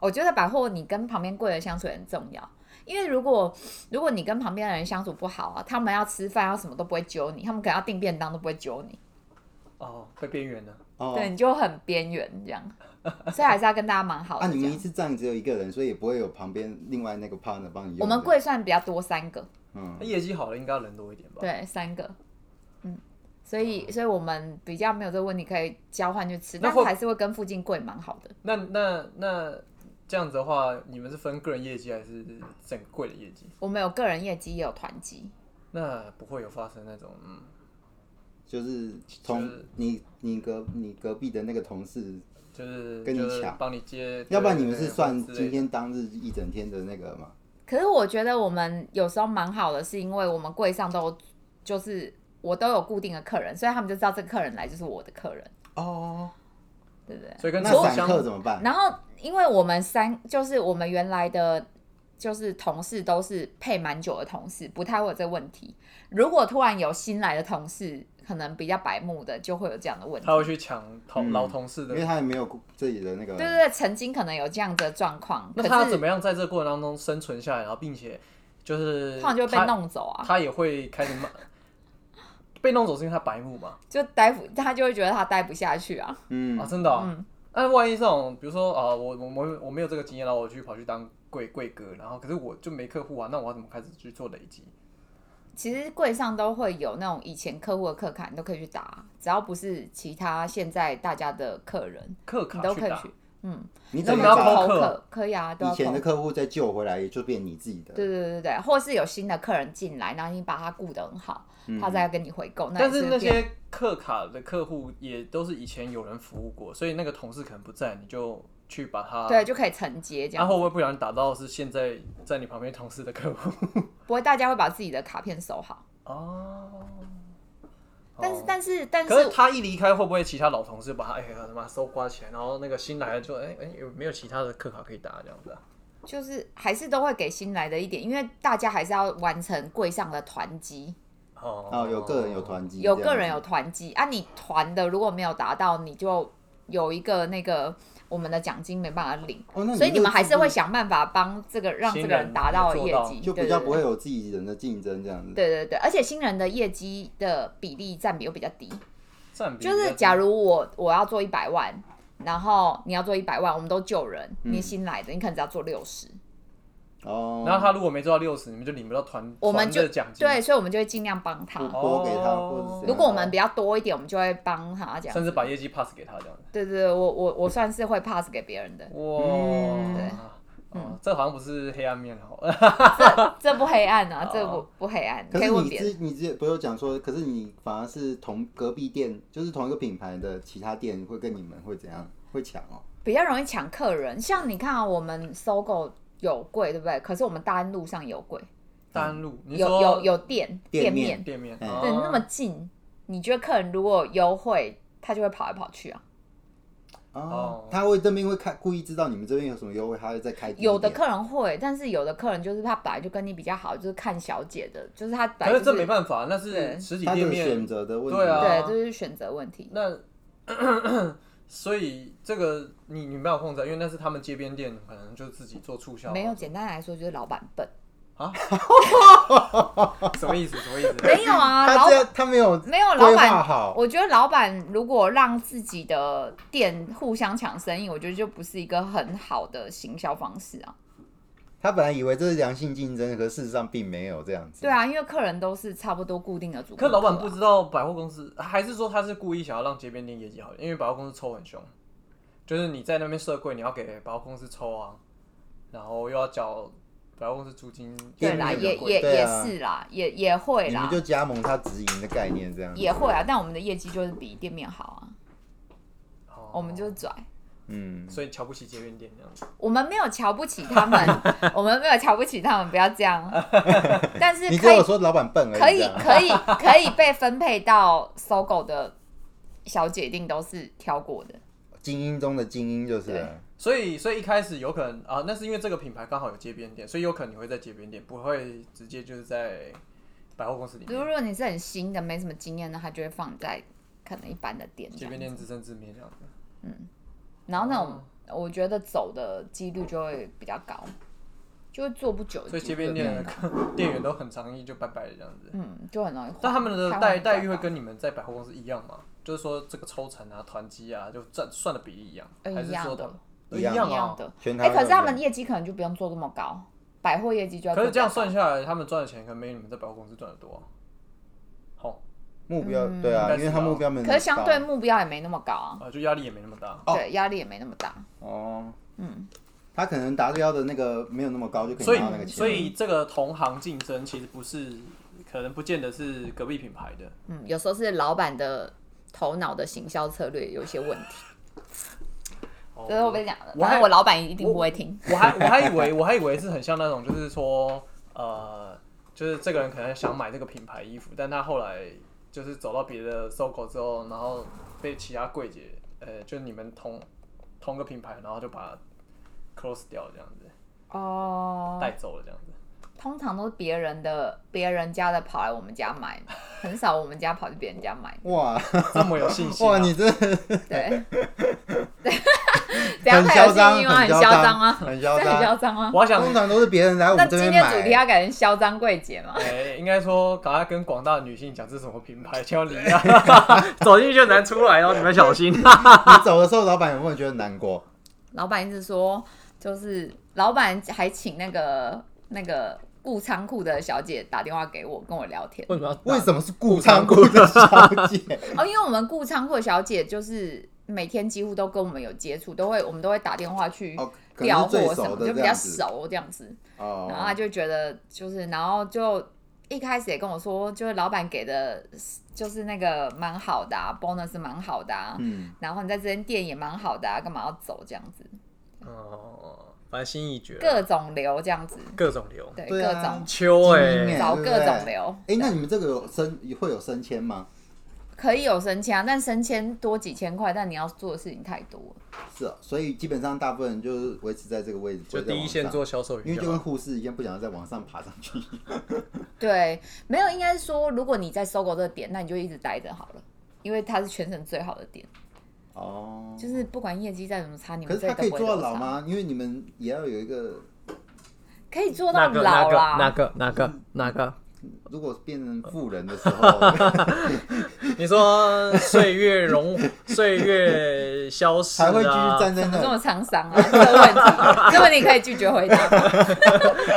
[SPEAKER 2] 我觉得百货你跟旁边柜的相处也很重要，因为如果如果你跟旁边的人相处不好啊，他们要吃饭要什么都不会揪你，他们可能要订便当都不会揪你，
[SPEAKER 1] 哦，被边缘了。
[SPEAKER 3] 哦，
[SPEAKER 2] 对，你就很边缘这样，所以还是要跟大家蛮好的
[SPEAKER 3] 啊，
[SPEAKER 2] 这
[SPEAKER 3] 你们
[SPEAKER 2] 样。
[SPEAKER 3] 一次站只有一个人，所以也不会有旁边另外那个 partner 帮你用。
[SPEAKER 2] 我们哎柜算比较多三个，
[SPEAKER 3] 嗯
[SPEAKER 1] 那，业绩好了，应该要人多一点吧？，
[SPEAKER 2] 对，三个，嗯，所以所以我们比较没有这个问题，可以交换去吃，
[SPEAKER 1] 那
[SPEAKER 2] 但
[SPEAKER 1] 会
[SPEAKER 2] 是还是会跟附近贵蛮好的。
[SPEAKER 1] 那那那这样子的话，你们是分个人业绩还是整个柜的业绩？
[SPEAKER 2] 我们有个人业绩，也有团绩，
[SPEAKER 1] 那不会有发生那种嗯，
[SPEAKER 3] 就是从
[SPEAKER 1] 就是
[SPEAKER 3] 你你隔你隔壁的那个同事，
[SPEAKER 1] 就是
[SPEAKER 3] 跟你
[SPEAKER 1] 就是
[SPEAKER 3] 抢
[SPEAKER 1] 帮你接，
[SPEAKER 3] 要不然你们
[SPEAKER 1] 对
[SPEAKER 3] 是算
[SPEAKER 1] 或之类
[SPEAKER 3] 今
[SPEAKER 1] 的
[SPEAKER 3] 天当日一整天的那个嘛？
[SPEAKER 2] 可是我觉得我们有时候蛮好的，是因为我们柜上都有就是我都有固定的客人，所以他们就知道这个客人来就是我的客人，
[SPEAKER 1] 哦，
[SPEAKER 2] 对不对？
[SPEAKER 1] 所以跟
[SPEAKER 3] 那
[SPEAKER 1] 厂
[SPEAKER 3] 散
[SPEAKER 1] 商
[SPEAKER 3] 客怎么办？
[SPEAKER 2] 然后因为我们三就是我们原来的。就是同事都是配蛮久的同事，不太会有这个问题。如果突然有新来的同事，可能比较白目的，就会有这样的问题。
[SPEAKER 1] 他会去抢同
[SPEAKER 3] 嗯
[SPEAKER 1] 老同事
[SPEAKER 3] 因为
[SPEAKER 1] 的。
[SPEAKER 3] 他也没有顾自己的那个，
[SPEAKER 2] 对对对，曾经可能有这样的状况，
[SPEAKER 1] 嗯那
[SPEAKER 2] 可
[SPEAKER 1] 他
[SPEAKER 2] 是
[SPEAKER 1] 怎么样在这个过程当中生存下来，然后并且就是
[SPEAKER 2] 通常就会被
[SPEAKER 1] 他
[SPEAKER 2] 弄走啊，
[SPEAKER 1] 他也会开始 骂。被弄走是因为他白目嘛？
[SPEAKER 2] 就待不，他就会觉得他待不下去啊。
[SPEAKER 3] 嗯
[SPEAKER 1] 啊，，真的、哦。
[SPEAKER 2] 嗯，
[SPEAKER 1] 那、万一这种，比如说啊、我我我我没有这个经验，然后我去跑去当贵贵哥，然后可是我就没客户啊，那我要怎么开始去做累积？
[SPEAKER 2] 其实柜上都会有那种以前客户的客卡，你都可以去打，只要不是其他现在大家的客人，
[SPEAKER 1] 客
[SPEAKER 2] 你
[SPEAKER 1] 卡
[SPEAKER 2] 都
[SPEAKER 1] 去
[SPEAKER 2] 可以
[SPEAKER 1] 打
[SPEAKER 2] 去。
[SPEAKER 3] 你
[SPEAKER 1] 那
[SPEAKER 3] 等
[SPEAKER 1] 你
[SPEAKER 3] 于
[SPEAKER 1] 要
[SPEAKER 3] 把
[SPEAKER 1] 口
[SPEAKER 2] 口
[SPEAKER 1] 扣
[SPEAKER 2] 渴
[SPEAKER 1] 客
[SPEAKER 2] 可以啊，都要
[SPEAKER 3] 以前
[SPEAKER 2] 口
[SPEAKER 3] 的
[SPEAKER 2] 渴。
[SPEAKER 3] 客户再救回来，也就变你自己的。
[SPEAKER 2] 对对对对，或是有新的客人进来，然后你把他顾得很好，
[SPEAKER 3] 嗯
[SPEAKER 2] 他再跟你回购，那
[SPEAKER 1] 嗯
[SPEAKER 2] 也
[SPEAKER 1] 但是
[SPEAKER 2] 是
[SPEAKER 1] 那
[SPEAKER 2] 变
[SPEAKER 1] 些客卡的客户也都是以前有人服务过，所以那个同事可能不在，你就去把他
[SPEAKER 2] 对，就可以承接这
[SPEAKER 1] 他
[SPEAKER 2] 样。
[SPEAKER 1] 会不会不小心打到是现在在你旁边同事的客户？
[SPEAKER 2] 不会，大家会把自己的卡片收好。
[SPEAKER 1] 哦，
[SPEAKER 2] 但是
[SPEAKER 1] 哦
[SPEAKER 2] 但是但
[SPEAKER 1] 可是
[SPEAKER 2] 是，
[SPEAKER 1] 他一离开，会不会其他老同事把他哎呀他妈搜刮起来，然后那个新来的就哎哎有没有其他的课卡可以打这样子啊？
[SPEAKER 2] 就是还是都会给新来的一点，因为大家还是要完成柜上的团积，
[SPEAKER 1] 哦
[SPEAKER 3] 哦，有个人有，团积，
[SPEAKER 2] 有个人有团积啊，你团的如果没有达到，你就有一个那个我们的奖金没办法领，
[SPEAKER 3] 这样子，哦，那
[SPEAKER 2] 所以你们还是会
[SPEAKER 3] 就
[SPEAKER 2] 想办法帮这个让这个
[SPEAKER 1] 新人
[SPEAKER 2] 人达到
[SPEAKER 1] 做
[SPEAKER 2] 业
[SPEAKER 1] 到
[SPEAKER 2] 绩，
[SPEAKER 3] 就
[SPEAKER 2] 对
[SPEAKER 3] 比较
[SPEAKER 2] 对
[SPEAKER 3] 不会有自己人的竞争这样子。
[SPEAKER 2] 对对对，而且新人的业绩的比例占比又比较低，
[SPEAKER 1] 占比
[SPEAKER 2] 就是假如我我要做一百万，然后你要做一百万，我们都救人，你新来的你可能只要做六十，
[SPEAKER 3] 哦，
[SPEAKER 1] 然后他如果没做到六十，你们就领不到团
[SPEAKER 2] 我们
[SPEAKER 1] 团
[SPEAKER 2] 就
[SPEAKER 1] 的奖金，
[SPEAKER 2] 对，所以我们就会尽量帮他。
[SPEAKER 1] 哦
[SPEAKER 3] 多给他，
[SPEAKER 1] 哦
[SPEAKER 3] 或者是怎
[SPEAKER 2] 如果我
[SPEAKER 3] 样
[SPEAKER 2] 们比较多一点，我们就会帮他这样。
[SPEAKER 1] 甚至把业绩 pass 给他这样子。
[SPEAKER 2] 对对对，我我我算是会 pass 给别人的，
[SPEAKER 1] 哇，
[SPEAKER 2] 嗯对嗯
[SPEAKER 1] 哦，这好像不是黑暗面哦，
[SPEAKER 2] 这不黑暗啊，
[SPEAKER 1] 哦
[SPEAKER 2] 这不不黑暗，
[SPEAKER 3] 可
[SPEAKER 2] 可以
[SPEAKER 3] 是
[SPEAKER 2] 问
[SPEAKER 3] 你
[SPEAKER 2] 别人。
[SPEAKER 3] 之你之前不是有讲说，可是你反而是同隔壁店，就是同一个品牌的其他店会跟你们会怎样？会抢哦？
[SPEAKER 2] 比较容易抢客人，像你看啊，我们搜狗有柜，对不对？可是我们大安路上有柜，
[SPEAKER 1] 单路，你
[SPEAKER 2] 有
[SPEAKER 1] 说
[SPEAKER 2] 有有店店
[SPEAKER 3] 店面
[SPEAKER 2] 面，
[SPEAKER 1] 店面，
[SPEAKER 3] 嗯
[SPEAKER 2] 对，
[SPEAKER 1] 哦
[SPEAKER 2] 那么近，你觉得客人如果优惠，他就会跑来跑去啊？
[SPEAKER 1] 哦
[SPEAKER 3] 哦，他会这边会开，故意知道你们这边有什么优惠，他会再开低一点。
[SPEAKER 2] 有的客人会，但是有的客人就是他本来就跟你比较好，就是看小姐的，就是他本
[SPEAKER 1] 可
[SPEAKER 2] 来、
[SPEAKER 1] 是
[SPEAKER 2] 就是
[SPEAKER 1] 这没办法，那是
[SPEAKER 2] 对
[SPEAKER 1] 实体
[SPEAKER 3] 他
[SPEAKER 1] 店
[SPEAKER 3] 的
[SPEAKER 1] 面
[SPEAKER 3] 选择的问题。
[SPEAKER 1] 对啊
[SPEAKER 2] 对，就是选择问题。
[SPEAKER 1] 那 所以这个你你没有控制，啊因为那是他们街边店，可能就自己做促销。啊
[SPEAKER 2] 没有，简单来说就是老板笨。
[SPEAKER 1] 什么意思？什么意 思？
[SPEAKER 2] 没有啊，
[SPEAKER 3] 他
[SPEAKER 2] 老
[SPEAKER 3] 这样他没有
[SPEAKER 2] 没有老
[SPEAKER 3] 规划
[SPEAKER 2] 板。
[SPEAKER 3] 好，
[SPEAKER 2] 我觉得老板如果让自己的店互相抢生意，我觉得就不是一个很好的行销方式啊。
[SPEAKER 3] 他本来以为这是良性竞争，可事实上并没有这样子。
[SPEAKER 2] 对啊，因为客人都是差不多固定的组、
[SPEAKER 1] 可老板
[SPEAKER 2] 啊
[SPEAKER 1] 不知道百货公司，还是说他是故意想要让街边店业绩好，因为百货公司抽很凶，就是你在那边设柜，你要给百货公司抽啊，然后又要缴百货公司租金。
[SPEAKER 2] 对
[SPEAKER 3] 店
[SPEAKER 2] 啦，
[SPEAKER 3] 面
[SPEAKER 2] 也
[SPEAKER 3] 有
[SPEAKER 2] 也
[SPEAKER 3] 对
[SPEAKER 2] 也
[SPEAKER 3] 啊
[SPEAKER 2] 是啦，也也会
[SPEAKER 3] 你
[SPEAKER 2] 啦
[SPEAKER 3] 们，就加盟他直营的概念这样子。
[SPEAKER 2] 也会啊。但我们的业绩就是比店面好啊，
[SPEAKER 1] 哦
[SPEAKER 2] 我们就是拽。
[SPEAKER 3] 嗯，
[SPEAKER 1] 所以瞧不起街边店这样子。
[SPEAKER 2] 我们没有瞧不起他们，我们没有瞧不起他们，不要这样。但是
[SPEAKER 3] 你只
[SPEAKER 2] 可以
[SPEAKER 3] 有说老板笨而已。
[SPEAKER 2] 可以
[SPEAKER 3] 这样
[SPEAKER 2] 可以可以被分配到搜狗的小姐，一定都是挑过的。
[SPEAKER 3] 精英中的精英就是了。
[SPEAKER 1] 所以，所以一开始有可能啊，那是因为这个品牌刚好有街边店，所以有可能你会在街边店，不会直接就是在百货公司里
[SPEAKER 2] 如
[SPEAKER 1] 面。
[SPEAKER 2] 果你是很新的，没什么经验的，他就会放在可能一般的店这
[SPEAKER 1] 街边
[SPEAKER 2] 样。
[SPEAKER 1] 店自生自灭这样子。
[SPEAKER 2] 然后那种我觉得走的几率就会比较高，就会做不久。
[SPEAKER 1] 所以街边店的客店员都很常意就拜拜这样子。
[SPEAKER 2] 嗯，就很容易换。
[SPEAKER 1] 但他们的
[SPEAKER 2] 太换
[SPEAKER 1] 待
[SPEAKER 2] 比较
[SPEAKER 1] 待遇会
[SPEAKER 2] 高
[SPEAKER 1] 跟你们在百货公司一样吗？就是说这个抽成啊、团积啊，就占算的比例一样，
[SPEAKER 2] 呃
[SPEAKER 1] 还是
[SPEAKER 2] 一样
[SPEAKER 1] 说
[SPEAKER 2] 的
[SPEAKER 1] 他们呃
[SPEAKER 3] 一样
[SPEAKER 1] 样
[SPEAKER 2] 一样
[SPEAKER 1] 啊？
[SPEAKER 2] 的。
[SPEAKER 3] 全台
[SPEAKER 2] 哎、
[SPEAKER 3] 湾
[SPEAKER 2] 可是
[SPEAKER 3] 都一
[SPEAKER 2] 他
[SPEAKER 3] 样
[SPEAKER 2] 们业绩可能就不用做这么高，百货业绩就要。
[SPEAKER 1] 可是这样，算下来，他们赚的钱可能没你们在百货公司赚的多啊。好
[SPEAKER 3] 目标对
[SPEAKER 1] 应
[SPEAKER 3] 啊，
[SPEAKER 1] 该
[SPEAKER 3] 因为
[SPEAKER 1] 是
[SPEAKER 3] 他
[SPEAKER 1] 吧
[SPEAKER 3] 目标没有那么
[SPEAKER 2] 嗯可是相对
[SPEAKER 3] 高
[SPEAKER 2] 目标也没那么高啊，
[SPEAKER 1] 啊，就压力也没那么大。
[SPEAKER 3] 哦
[SPEAKER 2] 对，压力也没那么大。
[SPEAKER 3] 哦，
[SPEAKER 2] 嗯，
[SPEAKER 3] 他可能达标的那个没有那么高，就可
[SPEAKER 1] 所
[SPEAKER 3] 以拿到那个
[SPEAKER 1] 以，
[SPEAKER 3] 钱。
[SPEAKER 1] 所以这个同行竞争其实不是，可能不见得是隔壁品牌的。
[SPEAKER 2] 嗯，有时候是老板的头脑的行销策略有一些问题，
[SPEAKER 1] 哦
[SPEAKER 2] 这是我跟你讲的。
[SPEAKER 1] 我
[SPEAKER 2] 反
[SPEAKER 1] 还
[SPEAKER 2] 正我老板一定不会听。
[SPEAKER 1] 我还我还以为我还以为是很像那种，就是说，呃，就是这个人可能想买这个品牌衣服，但他后来就是走到别的搜狗之后，然后被其他柜姐，呃，就是你们同同个品牌，然后就把它 close 掉这样子，
[SPEAKER 2] 哦
[SPEAKER 1] 带走了这样子。
[SPEAKER 2] 通常都是别人的别人家的跑来我们家买， 很少我们家跑去别人家买。
[SPEAKER 3] 哇
[SPEAKER 1] 这么有信心、啊？
[SPEAKER 3] 哇，你真的
[SPEAKER 2] 对，对， 怎样
[SPEAKER 3] 很
[SPEAKER 2] 太有
[SPEAKER 3] 嚣张，
[SPEAKER 2] 信心吗？很
[SPEAKER 3] 嚣
[SPEAKER 2] 嚣张
[SPEAKER 3] 啊，
[SPEAKER 2] 吗？
[SPEAKER 3] 很
[SPEAKER 2] 这
[SPEAKER 3] 嚣
[SPEAKER 2] 很嚣
[SPEAKER 3] 张。
[SPEAKER 2] 张啊吗？
[SPEAKER 1] 我还想
[SPEAKER 3] 通。常都是别人来我
[SPEAKER 2] 啊那
[SPEAKER 3] 们这
[SPEAKER 2] 今
[SPEAKER 3] 边
[SPEAKER 2] 天主题
[SPEAKER 3] 买，
[SPEAKER 2] 要改成嚣张柜姐吗？
[SPEAKER 1] 哎，应该说，赶快跟广大的女性讲这是什么品牌，千万离开，走进去就难出来哦，你们小心。
[SPEAKER 3] 你走的时候，老板有没有觉得难过？
[SPEAKER 2] 老板一直说，就是老板还请那个那个顾仓库的小姐打电话给我，跟我聊天。
[SPEAKER 1] 为什么要打？
[SPEAKER 3] 为什么是顾仓库的小姐？
[SPEAKER 2] 哦，因为我们顾仓库的小姐就是每天几乎都跟我们有接触，都会我们都会打电话去
[SPEAKER 3] 哦，可能
[SPEAKER 2] 调
[SPEAKER 3] 是最
[SPEAKER 2] 货什
[SPEAKER 3] 熟
[SPEAKER 2] 么，
[SPEAKER 3] 的
[SPEAKER 2] 就
[SPEAKER 3] 这
[SPEAKER 2] 比较
[SPEAKER 3] 样子
[SPEAKER 2] 熟这样子。
[SPEAKER 3] 哦，
[SPEAKER 2] 然后他就觉得就是，然后就一开始也跟我说，就是老板给的，就是那个蛮好的、啊、，bonus 蛮好的、啊，
[SPEAKER 3] 嗯，
[SPEAKER 2] 然后你在这间店也蛮好的、啊，干嘛要走这样子？
[SPEAKER 1] 哦，反正心意绝，
[SPEAKER 2] 各种流这样子，
[SPEAKER 1] 各种流，
[SPEAKER 2] 对，
[SPEAKER 3] 啊对
[SPEAKER 2] 各
[SPEAKER 3] 啊
[SPEAKER 2] 种
[SPEAKER 1] 秋
[SPEAKER 3] 精
[SPEAKER 1] 哎、
[SPEAKER 3] 英
[SPEAKER 2] 找
[SPEAKER 3] 对
[SPEAKER 2] 各
[SPEAKER 3] 不对
[SPEAKER 2] 种流。
[SPEAKER 3] 哎，那你们这个有升会有升迁吗？
[SPEAKER 2] 可以有升迁、啊，但升迁多几千块，但你要做的事情太多了。
[SPEAKER 3] 是哦，所以基本上大部分人就是维持在这个位置，
[SPEAKER 1] 就
[SPEAKER 3] 不会再
[SPEAKER 1] 第一线
[SPEAKER 3] 往上，
[SPEAKER 1] 做销售
[SPEAKER 3] 因
[SPEAKER 1] 员
[SPEAKER 3] 为就
[SPEAKER 1] 就
[SPEAKER 3] 跟
[SPEAKER 1] 好，
[SPEAKER 3] 护士一样，不想要再往上爬上去。
[SPEAKER 2] 对，没有，应该是说，如果你在搜狗这个点，那你就一直待着好了，因为它是全省最好的点，
[SPEAKER 3] 哦，
[SPEAKER 2] 就是不管业绩再怎么差，你
[SPEAKER 3] 可
[SPEAKER 2] 们
[SPEAKER 3] 是
[SPEAKER 2] 这
[SPEAKER 3] 他
[SPEAKER 2] 里都
[SPEAKER 3] 可以
[SPEAKER 2] 不会
[SPEAKER 3] 做到
[SPEAKER 2] 多
[SPEAKER 3] 老
[SPEAKER 2] 差？
[SPEAKER 3] 吗？因为你们也要有一个，
[SPEAKER 2] 可以做
[SPEAKER 1] 那
[SPEAKER 2] 到
[SPEAKER 1] 个那
[SPEAKER 2] 老
[SPEAKER 1] 个
[SPEAKER 2] 啦。
[SPEAKER 1] 那个那个那个，
[SPEAKER 3] 如果变成富人的时 候，
[SPEAKER 1] 你说岁月 融岁月消逝、啊，
[SPEAKER 3] 才会继续站在
[SPEAKER 2] 怎么这
[SPEAKER 3] 那
[SPEAKER 2] 么
[SPEAKER 3] 里。
[SPEAKER 2] 沧桑啊？这个问题，这个问题可以拒绝回答。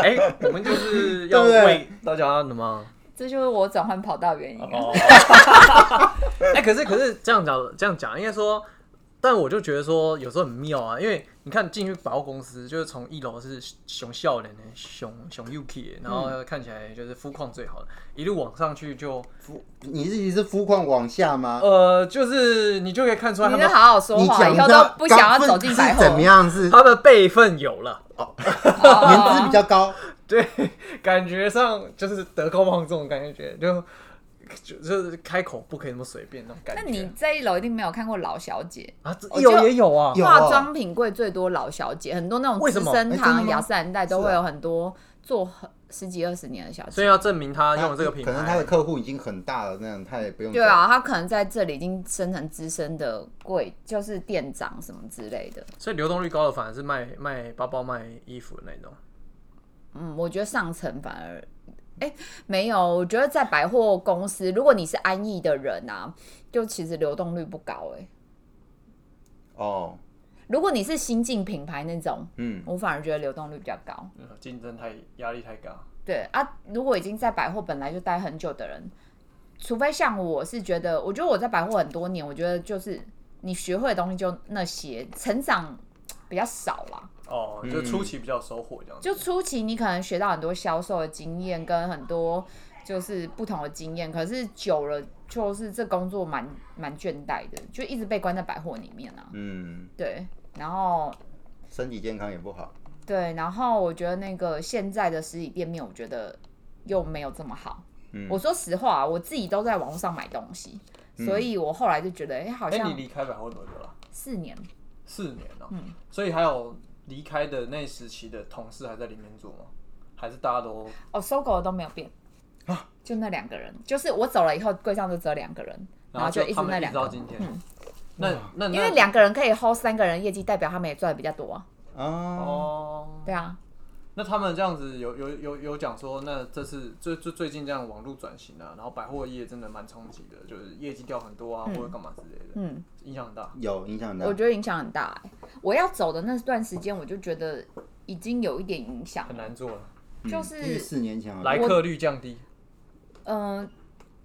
[SPEAKER 1] 哎、我们 就是要
[SPEAKER 3] 对不对
[SPEAKER 1] 为大家的嘛。
[SPEAKER 2] 这就是我转换跑道的原因、啊。
[SPEAKER 1] 哦， 哎、可是可是这样讲这样讲，应该说，但我就觉得说有时候很妙啊，因为你看进去百货公司，就是从一楼是熊笑脸的熊熊 Yuki，的然
[SPEAKER 3] 嗯
[SPEAKER 1] 后看起来就是肤况最好的，一路往上去就
[SPEAKER 3] 你自己是肤况往下
[SPEAKER 2] 哦
[SPEAKER 3] 吗？
[SPEAKER 1] 呃，就是你就可以看出来
[SPEAKER 2] 啊你
[SPEAKER 1] 他
[SPEAKER 2] 就
[SPEAKER 1] 们
[SPEAKER 2] 好好说
[SPEAKER 3] 哦你
[SPEAKER 2] 话，
[SPEAKER 3] 讲
[SPEAKER 2] 以后都不想要走进百货。
[SPEAKER 3] 怎么样？是
[SPEAKER 1] 他们辈分有了，
[SPEAKER 2] 哦
[SPEAKER 3] 颜值比较高，
[SPEAKER 1] 对，感觉上就是德高望重，感觉就。就就是开口不可以那么随便那种感觉。
[SPEAKER 2] 那你在一楼一定没有看过老小姐，
[SPEAKER 1] 啊，这
[SPEAKER 2] 我就
[SPEAKER 1] 有也有啊，
[SPEAKER 3] 有哦
[SPEAKER 2] 化妆品柜最多老小姐，很多那种
[SPEAKER 1] 为
[SPEAKER 2] 资
[SPEAKER 1] 什么
[SPEAKER 2] 生
[SPEAKER 3] 哎真的
[SPEAKER 2] 堂、
[SPEAKER 3] 吗
[SPEAKER 2] 雅诗兰黛都
[SPEAKER 3] 是啊
[SPEAKER 2] 会有很多做很十几二十年的小
[SPEAKER 1] 所
[SPEAKER 2] 姐。
[SPEAKER 1] 以要证明他用这个品牌，
[SPEAKER 3] 可能他的客户已经很大了，那样他也不用。
[SPEAKER 2] 对，啊，她可能在这里已经升成资深的柜，就是店长什么之类的。
[SPEAKER 1] 所以流动率高的反而是卖卖包包、卖衣服的那种。
[SPEAKER 2] 嗯，我觉得上层反而，哎、没有，我觉得在百货公司，如果你是安逸的人啊，就其实流动率不高、哎，
[SPEAKER 3] 哦，
[SPEAKER 2] 如果你是新进品牌那种，
[SPEAKER 3] 嗯，
[SPEAKER 2] 我反而觉得流动率比较高。
[SPEAKER 1] 嗯，竞争太压力太高。
[SPEAKER 2] 对啊，如果已经在百货本来就待很久的人，除非像我是觉得，我觉得我在百货很多年，我觉得就是你学会的东西就那些，成长比较少啦。
[SPEAKER 1] 哦，就初期比较有收获这样子。
[SPEAKER 2] 就初期你可能学到很多销售的经验跟很多就是不同的经验，可是久了就是这工作蛮蛮倦怠的，就一直被关在百货里面啊。
[SPEAKER 3] 嗯，
[SPEAKER 2] 对，然后
[SPEAKER 3] 身体健康也不好。
[SPEAKER 2] 对，然后我觉得那个现在的实体店面，我觉得又没有这么好。
[SPEAKER 3] 嗯
[SPEAKER 2] 我说实话、啊，我自己都在网络上买东西，所以我后来就觉得，哎、好
[SPEAKER 1] 嗯哎、你
[SPEAKER 2] 像
[SPEAKER 1] 离开百货多久了？
[SPEAKER 2] 四年
[SPEAKER 1] 四年了、所以还有离开的那时期的同事还在里面做吗？还是大家都
[SPEAKER 2] 哦，搜狗的都没有变
[SPEAKER 1] 啊
[SPEAKER 2] 就那两个人，就是我走了以后，柜上就只有两个人，然后
[SPEAKER 1] 就
[SPEAKER 2] 一直
[SPEAKER 1] 他们
[SPEAKER 2] 那
[SPEAKER 1] 一直
[SPEAKER 2] 两个
[SPEAKER 1] 到
[SPEAKER 2] 人，
[SPEAKER 1] 今天？那那那
[SPEAKER 2] 因为两个人可以 hold 三个人业绩，代表他们也赚的比较多啊、
[SPEAKER 3] 哦，
[SPEAKER 1] 哦，
[SPEAKER 2] 对啊，
[SPEAKER 1] 那他们这样子有有有有讲说，那这次最最最近这样网络转型啊，然后百货业真的蛮冲击的，就是业绩掉很多啊，或者干嘛之类的，
[SPEAKER 2] 嗯，
[SPEAKER 1] 影响很大。
[SPEAKER 3] 有影响
[SPEAKER 2] 我
[SPEAKER 3] 的，
[SPEAKER 2] 觉得影响很大、欸。我要走的那段时间，我就觉得已经有一点影响
[SPEAKER 1] 很
[SPEAKER 2] 了，
[SPEAKER 1] 难做了，
[SPEAKER 2] 就
[SPEAKER 3] 因为
[SPEAKER 2] 是
[SPEAKER 3] 嗯四年前好像
[SPEAKER 1] 来客率降低。
[SPEAKER 2] 嗯，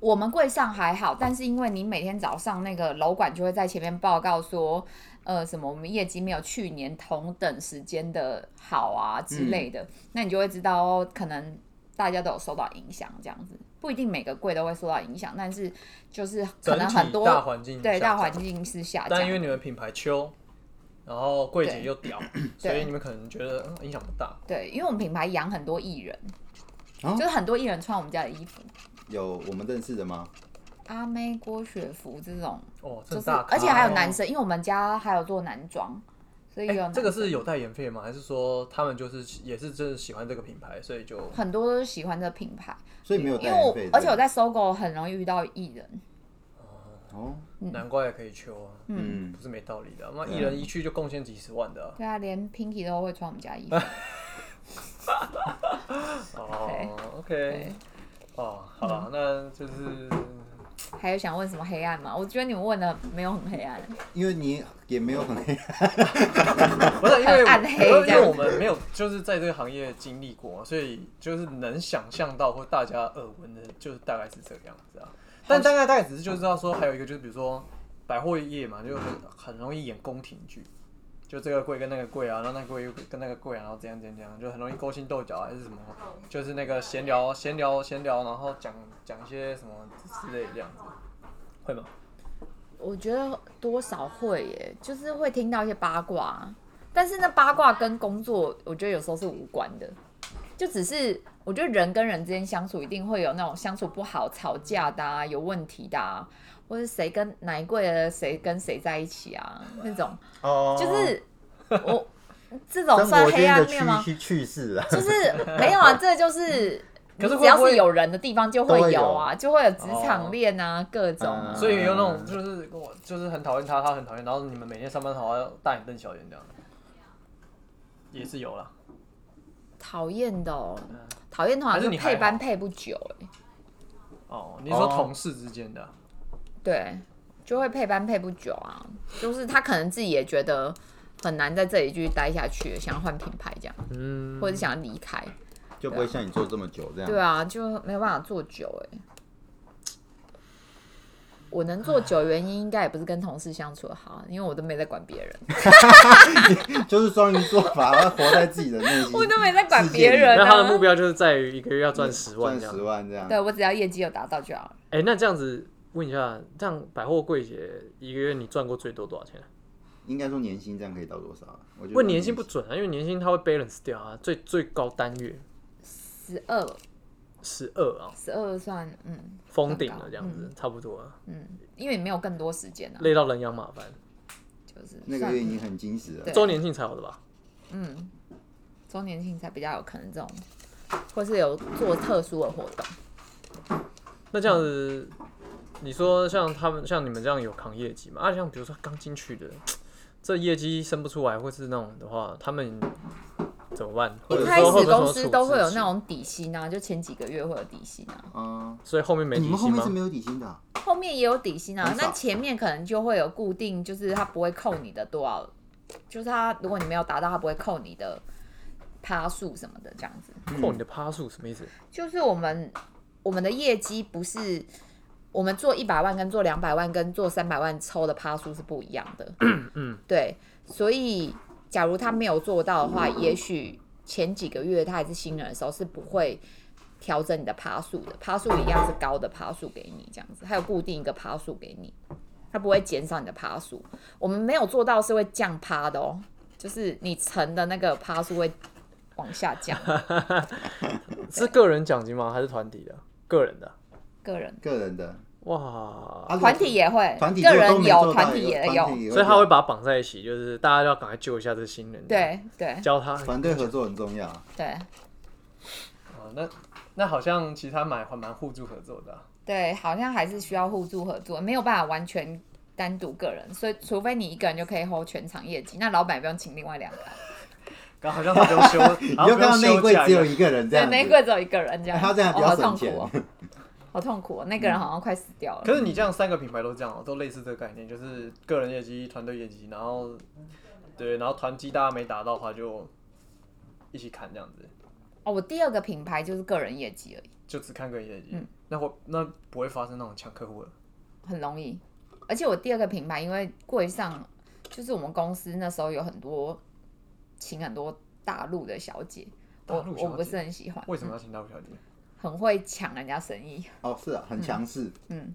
[SPEAKER 2] 我们柜上还好，但是因为你每天早上那个楼管就会在前面报告说，呃，什么我们业绩没有去年同等时间的好啊之类的，那你就会知道哦，可能大家都有受到影响，这样子不一定每个柜都会受到影响，但是就是可能
[SPEAKER 1] 整体
[SPEAKER 2] 很多
[SPEAKER 1] 大环境
[SPEAKER 2] 对
[SPEAKER 1] 下
[SPEAKER 2] 大
[SPEAKER 1] 降
[SPEAKER 2] 环境是下降
[SPEAKER 1] 但因，为你们品牌秋，然后柜姐
[SPEAKER 2] 对
[SPEAKER 1] 又屌，所
[SPEAKER 2] 对
[SPEAKER 1] 以你们可能觉得嗯影响不大。
[SPEAKER 2] 对，因为我们品牌养很多艺人，
[SPEAKER 3] 啊
[SPEAKER 2] 就是很多艺人穿我们家的衣服，
[SPEAKER 3] 有我们认识的吗？
[SPEAKER 2] 阿妹、郭雪芙这种。
[SPEAKER 1] 哦，这
[SPEAKER 2] 就
[SPEAKER 1] 很
[SPEAKER 2] 是
[SPEAKER 1] 大咖哦，
[SPEAKER 2] 而且还有男生，因为我们家还有做男装，所以有
[SPEAKER 1] 哎。
[SPEAKER 2] 男
[SPEAKER 1] 这个是有代言费吗？还是说他们就是也是真的喜欢这个品牌，所以就
[SPEAKER 2] 很多都是喜欢这个品牌，
[SPEAKER 3] 所以没有代
[SPEAKER 2] 因为我
[SPEAKER 3] 言费，
[SPEAKER 2] 而且我在搜狗很容易遇到艺人，
[SPEAKER 3] 哦，
[SPEAKER 2] 嗯
[SPEAKER 1] 难怪可以秋啊，
[SPEAKER 3] 嗯，
[SPEAKER 1] 不是没道理的啊。那一人一去就贡献几十万的啊
[SPEAKER 2] 对啊，连 Pinky 都会穿我们家衣服，
[SPEAKER 1] 哦
[SPEAKER 2] 对
[SPEAKER 1] ，OK，。哦，好了，那就是
[SPEAKER 2] 还有想问什么黑暗吗？我觉得你们问的没有很黑暗，
[SPEAKER 3] 因为你也没有很黑，
[SPEAKER 1] 不是因为
[SPEAKER 2] 很暗黑
[SPEAKER 1] 因为
[SPEAKER 2] 这
[SPEAKER 1] 因
[SPEAKER 2] 样
[SPEAKER 1] 为
[SPEAKER 2] 子
[SPEAKER 1] 我们没有就是在这个行业经历过，所以就是能想象到或大家耳闻的，就是大概是这个样子啊。但大概大概只是就知道说，还有一个就是比如说百货业嘛，就很很容易演宫廷剧，就这个柜跟那个柜啊，然后那个柜又跟那个柜啊，然后怎样怎样怎样，就很容易勾心斗角还是什么，就是那个闲聊闲聊闲聊，然后讲讲一些什么之类这样子，会吗？
[SPEAKER 2] 我觉得多少会耶，就是会听到一些八卦，但是那八卦跟工作，我觉得有时候是无关的，就只是我觉得人跟人之间相处一定会有那种相处不好、吵架的、啊、有问题的、啊，或是谁跟哪一柜的谁跟谁在一起啊那种，
[SPEAKER 3] 哦
[SPEAKER 2] 就是我这种
[SPEAKER 3] 张
[SPEAKER 2] 算
[SPEAKER 3] 伯
[SPEAKER 2] 黑
[SPEAKER 3] 钧
[SPEAKER 2] 暗
[SPEAKER 3] 的
[SPEAKER 2] 面吗？
[SPEAKER 3] 去去世啊，
[SPEAKER 2] 就是没有啊，这就是。
[SPEAKER 1] 可是
[SPEAKER 2] 你
[SPEAKER 1] 会
[SPEAKER 2] 只要
[SPEAKER 1] 不会
[SPEAKER 2] 是有人的地方就
[SPEAKER 3] 都
[SPEAKER 2] 会
[SPEAKER 3] 会
[SPEAKER 2] 有
[SPEAKER 3] 有
[SPEAKER 2] 啊，就会有职场恋啊，各种啊。
[SPEAKER 3] 嗯
[SPEAKER 1] 所以有那种就是我就是很讨厌他，他很讨厌，然后你们每天上班好像大眼瞪小眼这样，也是有啦。
[SPEAKER 2] 讨厌的、哦
[SPEAKER 1] 嗯，
[SPEAKER 2] 讨厌通常
[SPEAKER 1] 还是你还好
[SPEAKER 2] 配班配不久、哎，
[SPEAKER 1] 哦，你说
[SPEAKER 3] 哦
[SPEAKER 1] 同事之间的啊，
[SPEAKER 2] 对，就会配班配不久啊，就是他可能自己也觉得很难在这里继续待下去，想要换品牌这样，
[SPEAKER 1] 嗯
[SPEAKER 2] 或者想要离开，
[SPEAKER 3] 就不会像你做这么久这样。
[SPEAKER 2] 啊对啊，就没有办法做久、哎。我能做久，原因应该也不是跟同事相处的好，因为我都没在管别人，
[SPEAKER 3] 就是双鱼座吧，他活在自己的内心，
[SPEAKER 2] 我都没在管别人
[SPEAKER 1] 那他的
[SPEAKER 2] 啊
[SPEAKER 1] 目。标就是在于一个月要赚十万这
[SPEAKER 3] 赚
[SPEAKER 1] 样
[SPEAKER 3] 十。万这样。
[SPEAKER 2] 对我只要业绩有达到就好了，
[SPEAKER 1] 哎、那这样子问一下，这样百货柜姐一个月你赚过最多多少钱啊？
[SPEAKER 3] 应该说年薪这样可以到多少啊？我觉得
[SPEAKER 1] 问年薪不准啊，因为年薪它会 balance 掉啊，最最高单月
[SPEAKER 2] 十二
[SPEAKER 1] 十二啊，
[SPEAKER 2] 十二算嗯
[SPEAKER 1] 封顶了
[SPEAKER 2] 很高
[SPEAKER 1] 这样子，差不多啊，
[SPEAKER 2] 嗯，因为没有更多时间
[SPEAKER 3] 嗯
[SPEAKER 2] 啊，
[SPEAKER 1] 累到人仰马翻。
[SPEAKER 2] 就是
[SPEAKER 3] 那个
[SPEAKER 2] 算
[SPEAKER 3] 月已经很惊喜了
[SPEAKER 2] 对。
[SPEAKER 1] 周年庆才有的吧？
[SPEAKER 2] 嗯，周年庆才比较有可能这种，或是有做特殊的活动。
[SPEAKER 1] 那这样子，你说像他们像你们这样有扛业绩嘛？啊，像比如说刚进去的，这业绩生不出来，或是那种的话，他们怎么办？或者
[SPEAKER 2] 一
[SPEAKER 1] 说
[SPEAKER 2] 开
[SPEAKER 1] 会
[SPEAKER 2] 始
[SPEAKER 1] 不会有什么
[SPEAKER 2] 公司
[SPEAKER 1] 处
[SPEAKER 2] 都
[SPEAKER 1] 置
[SPEAKER 2] 会有
[SPEAKER 1] 期
[SPEAKER 2] 那，种底薪啊，就前几个月会有底薪啊，
[SPEAKER 3] 嗯，
[SPEAKER 1] 所以后面没
[SPEAKER 3] 你
[SPEAKER 1] 底
[SPEAKER 3] 们后
[SPEAKER 1] 薪
[SPEAKER 3] 面
[SPEAKER 1] 吗
[SPEAKER 3] 是？没有底薪的啊，
[SPEAKER 2] 后面也有底薪啊
[SPEAKER 3] 很，少
[SPEAKER 2] 那前面可能就会有固定，就是他不会扣你的多少，就是他如果你没有达到，他不会扣你的趴数什么的这样子。
[SPEAKER 1] 扣你的趴数什么意思？
[SPEAKER 2] 就是我们我们的业绩不是我们做一百万跟做两百万跟做三百万抽的趴数是不一样的。
[SPEAKER 1] 嗯，
[SPEAKER 2] 对，所以假如他没有做到的话，也许前几个月他还是新人的时候是不会。调整你的趴数的，趴数一样是高的趴数给你，这样子，还有固定一个趴数给你，它不会减少你的趴数。我们没有做到是会降趴的哦，就是你乘的那个趴数会往下 降，
[SPEAKER 1] 是个人奖金吗？还是团体的？个人的？
[SPEAKER 2] 个人
[SPEAKER 3] 个人的。
[SPEAKER 1] 哇！
[SPEAKER 3] 啊
[SPEAKER 2] 团体也会，
[SPEAKER 3] 团体
[SPEAKER 2] 个
[SPEAKER 3] 如果都
[SPEAKER 2] 人
[SPEAKER 3] 没做到
[SPEAKER 2] 有，团体也
[SPEAKER 3] 团体
[SPEAKER 2] 有，
[SPEAKER 1] 所以他会把它绑在一起，就是大家要赶快救一下这新人，，
[SPEAKER 2] 对对
[SPEAKER 1] 教他。
[SPEAKER 3] 团队合作很重要啊。
[SPEAKER 2] 对
[SPEAKER 1] 哦，那那好像其他买还蛮互助合作的啊、
[SPEAKER 2] 对，好像还是需要互助合作，没有办法完全单独个人，所以除非你一个人就可以 hold 全场业绩，那老板也不用请另外两个，
[SPEAKER 1] 刚好像他不用 休，
[SPEAKER 3] 你
[SPEAKER 1] 好像
[SPEAKER 3] 就
[SPEAKER 1] 不用
[SPEAKER 3] 看到内
[SPEAKER 1] 休
[SPEAKER 3] 柜
[SPEAKER 1] 假
[SPEAKER 3] 只有
[SPEAKER 1] 样。
[SPEAKER 3] 一个人这
[SPEAKER 2] 对，
[SPEAKER 3] 样子，哎
[SPEAKER 2] 那一个只有一个人这样，
[SPEAKER 3] 他这样比较
[SPEAKER 2] 哦好
[SPEAKER 3] 省
[SPEAKER 2] 痛
[SPEAKER 3] 钱嗯
[SPEAKER 2] 苦 哦，好痛苦哦，那个人好像快死掉
[SPEAKER 1] 可
[SPEAKER 2] 了。
[SPEAKER 1] 是你这样三个品牌都这样哦，都类似这个概念，就是个人业绩、团队业绩，然后对，然后团绩大家没达到的话就一起砍这样子，
[SPEAKER 2] 哦，我第二个品牌就是个人业绩而已，
[SPEAKER 1] 就只看个人业绩。
[SPEAKER 2] 嗯
[SPEAKER 1] 那会那不会发生那种抢客户的。
[SPEAKER 2] 很容易。而且我第二个品牌，因为柜上就是我们公司那时候有很多请很多大陆的小姐，
[SPEAKER 1] 大陆
[SPEAKER 2] 我我
[SPEAKER 1] 小
[SPEAKER 2] 不
[SPEAKER 1] 姐
[SPEAKER 2] 是很喜欢。
[SPEAKER 1] 为什么要请大陆小姐？
[SPEAKER 2] 很会抢人家生意。
[SPEAKER 3] 哦，是啊，很强势。
[SPEAKER 2] 嗯，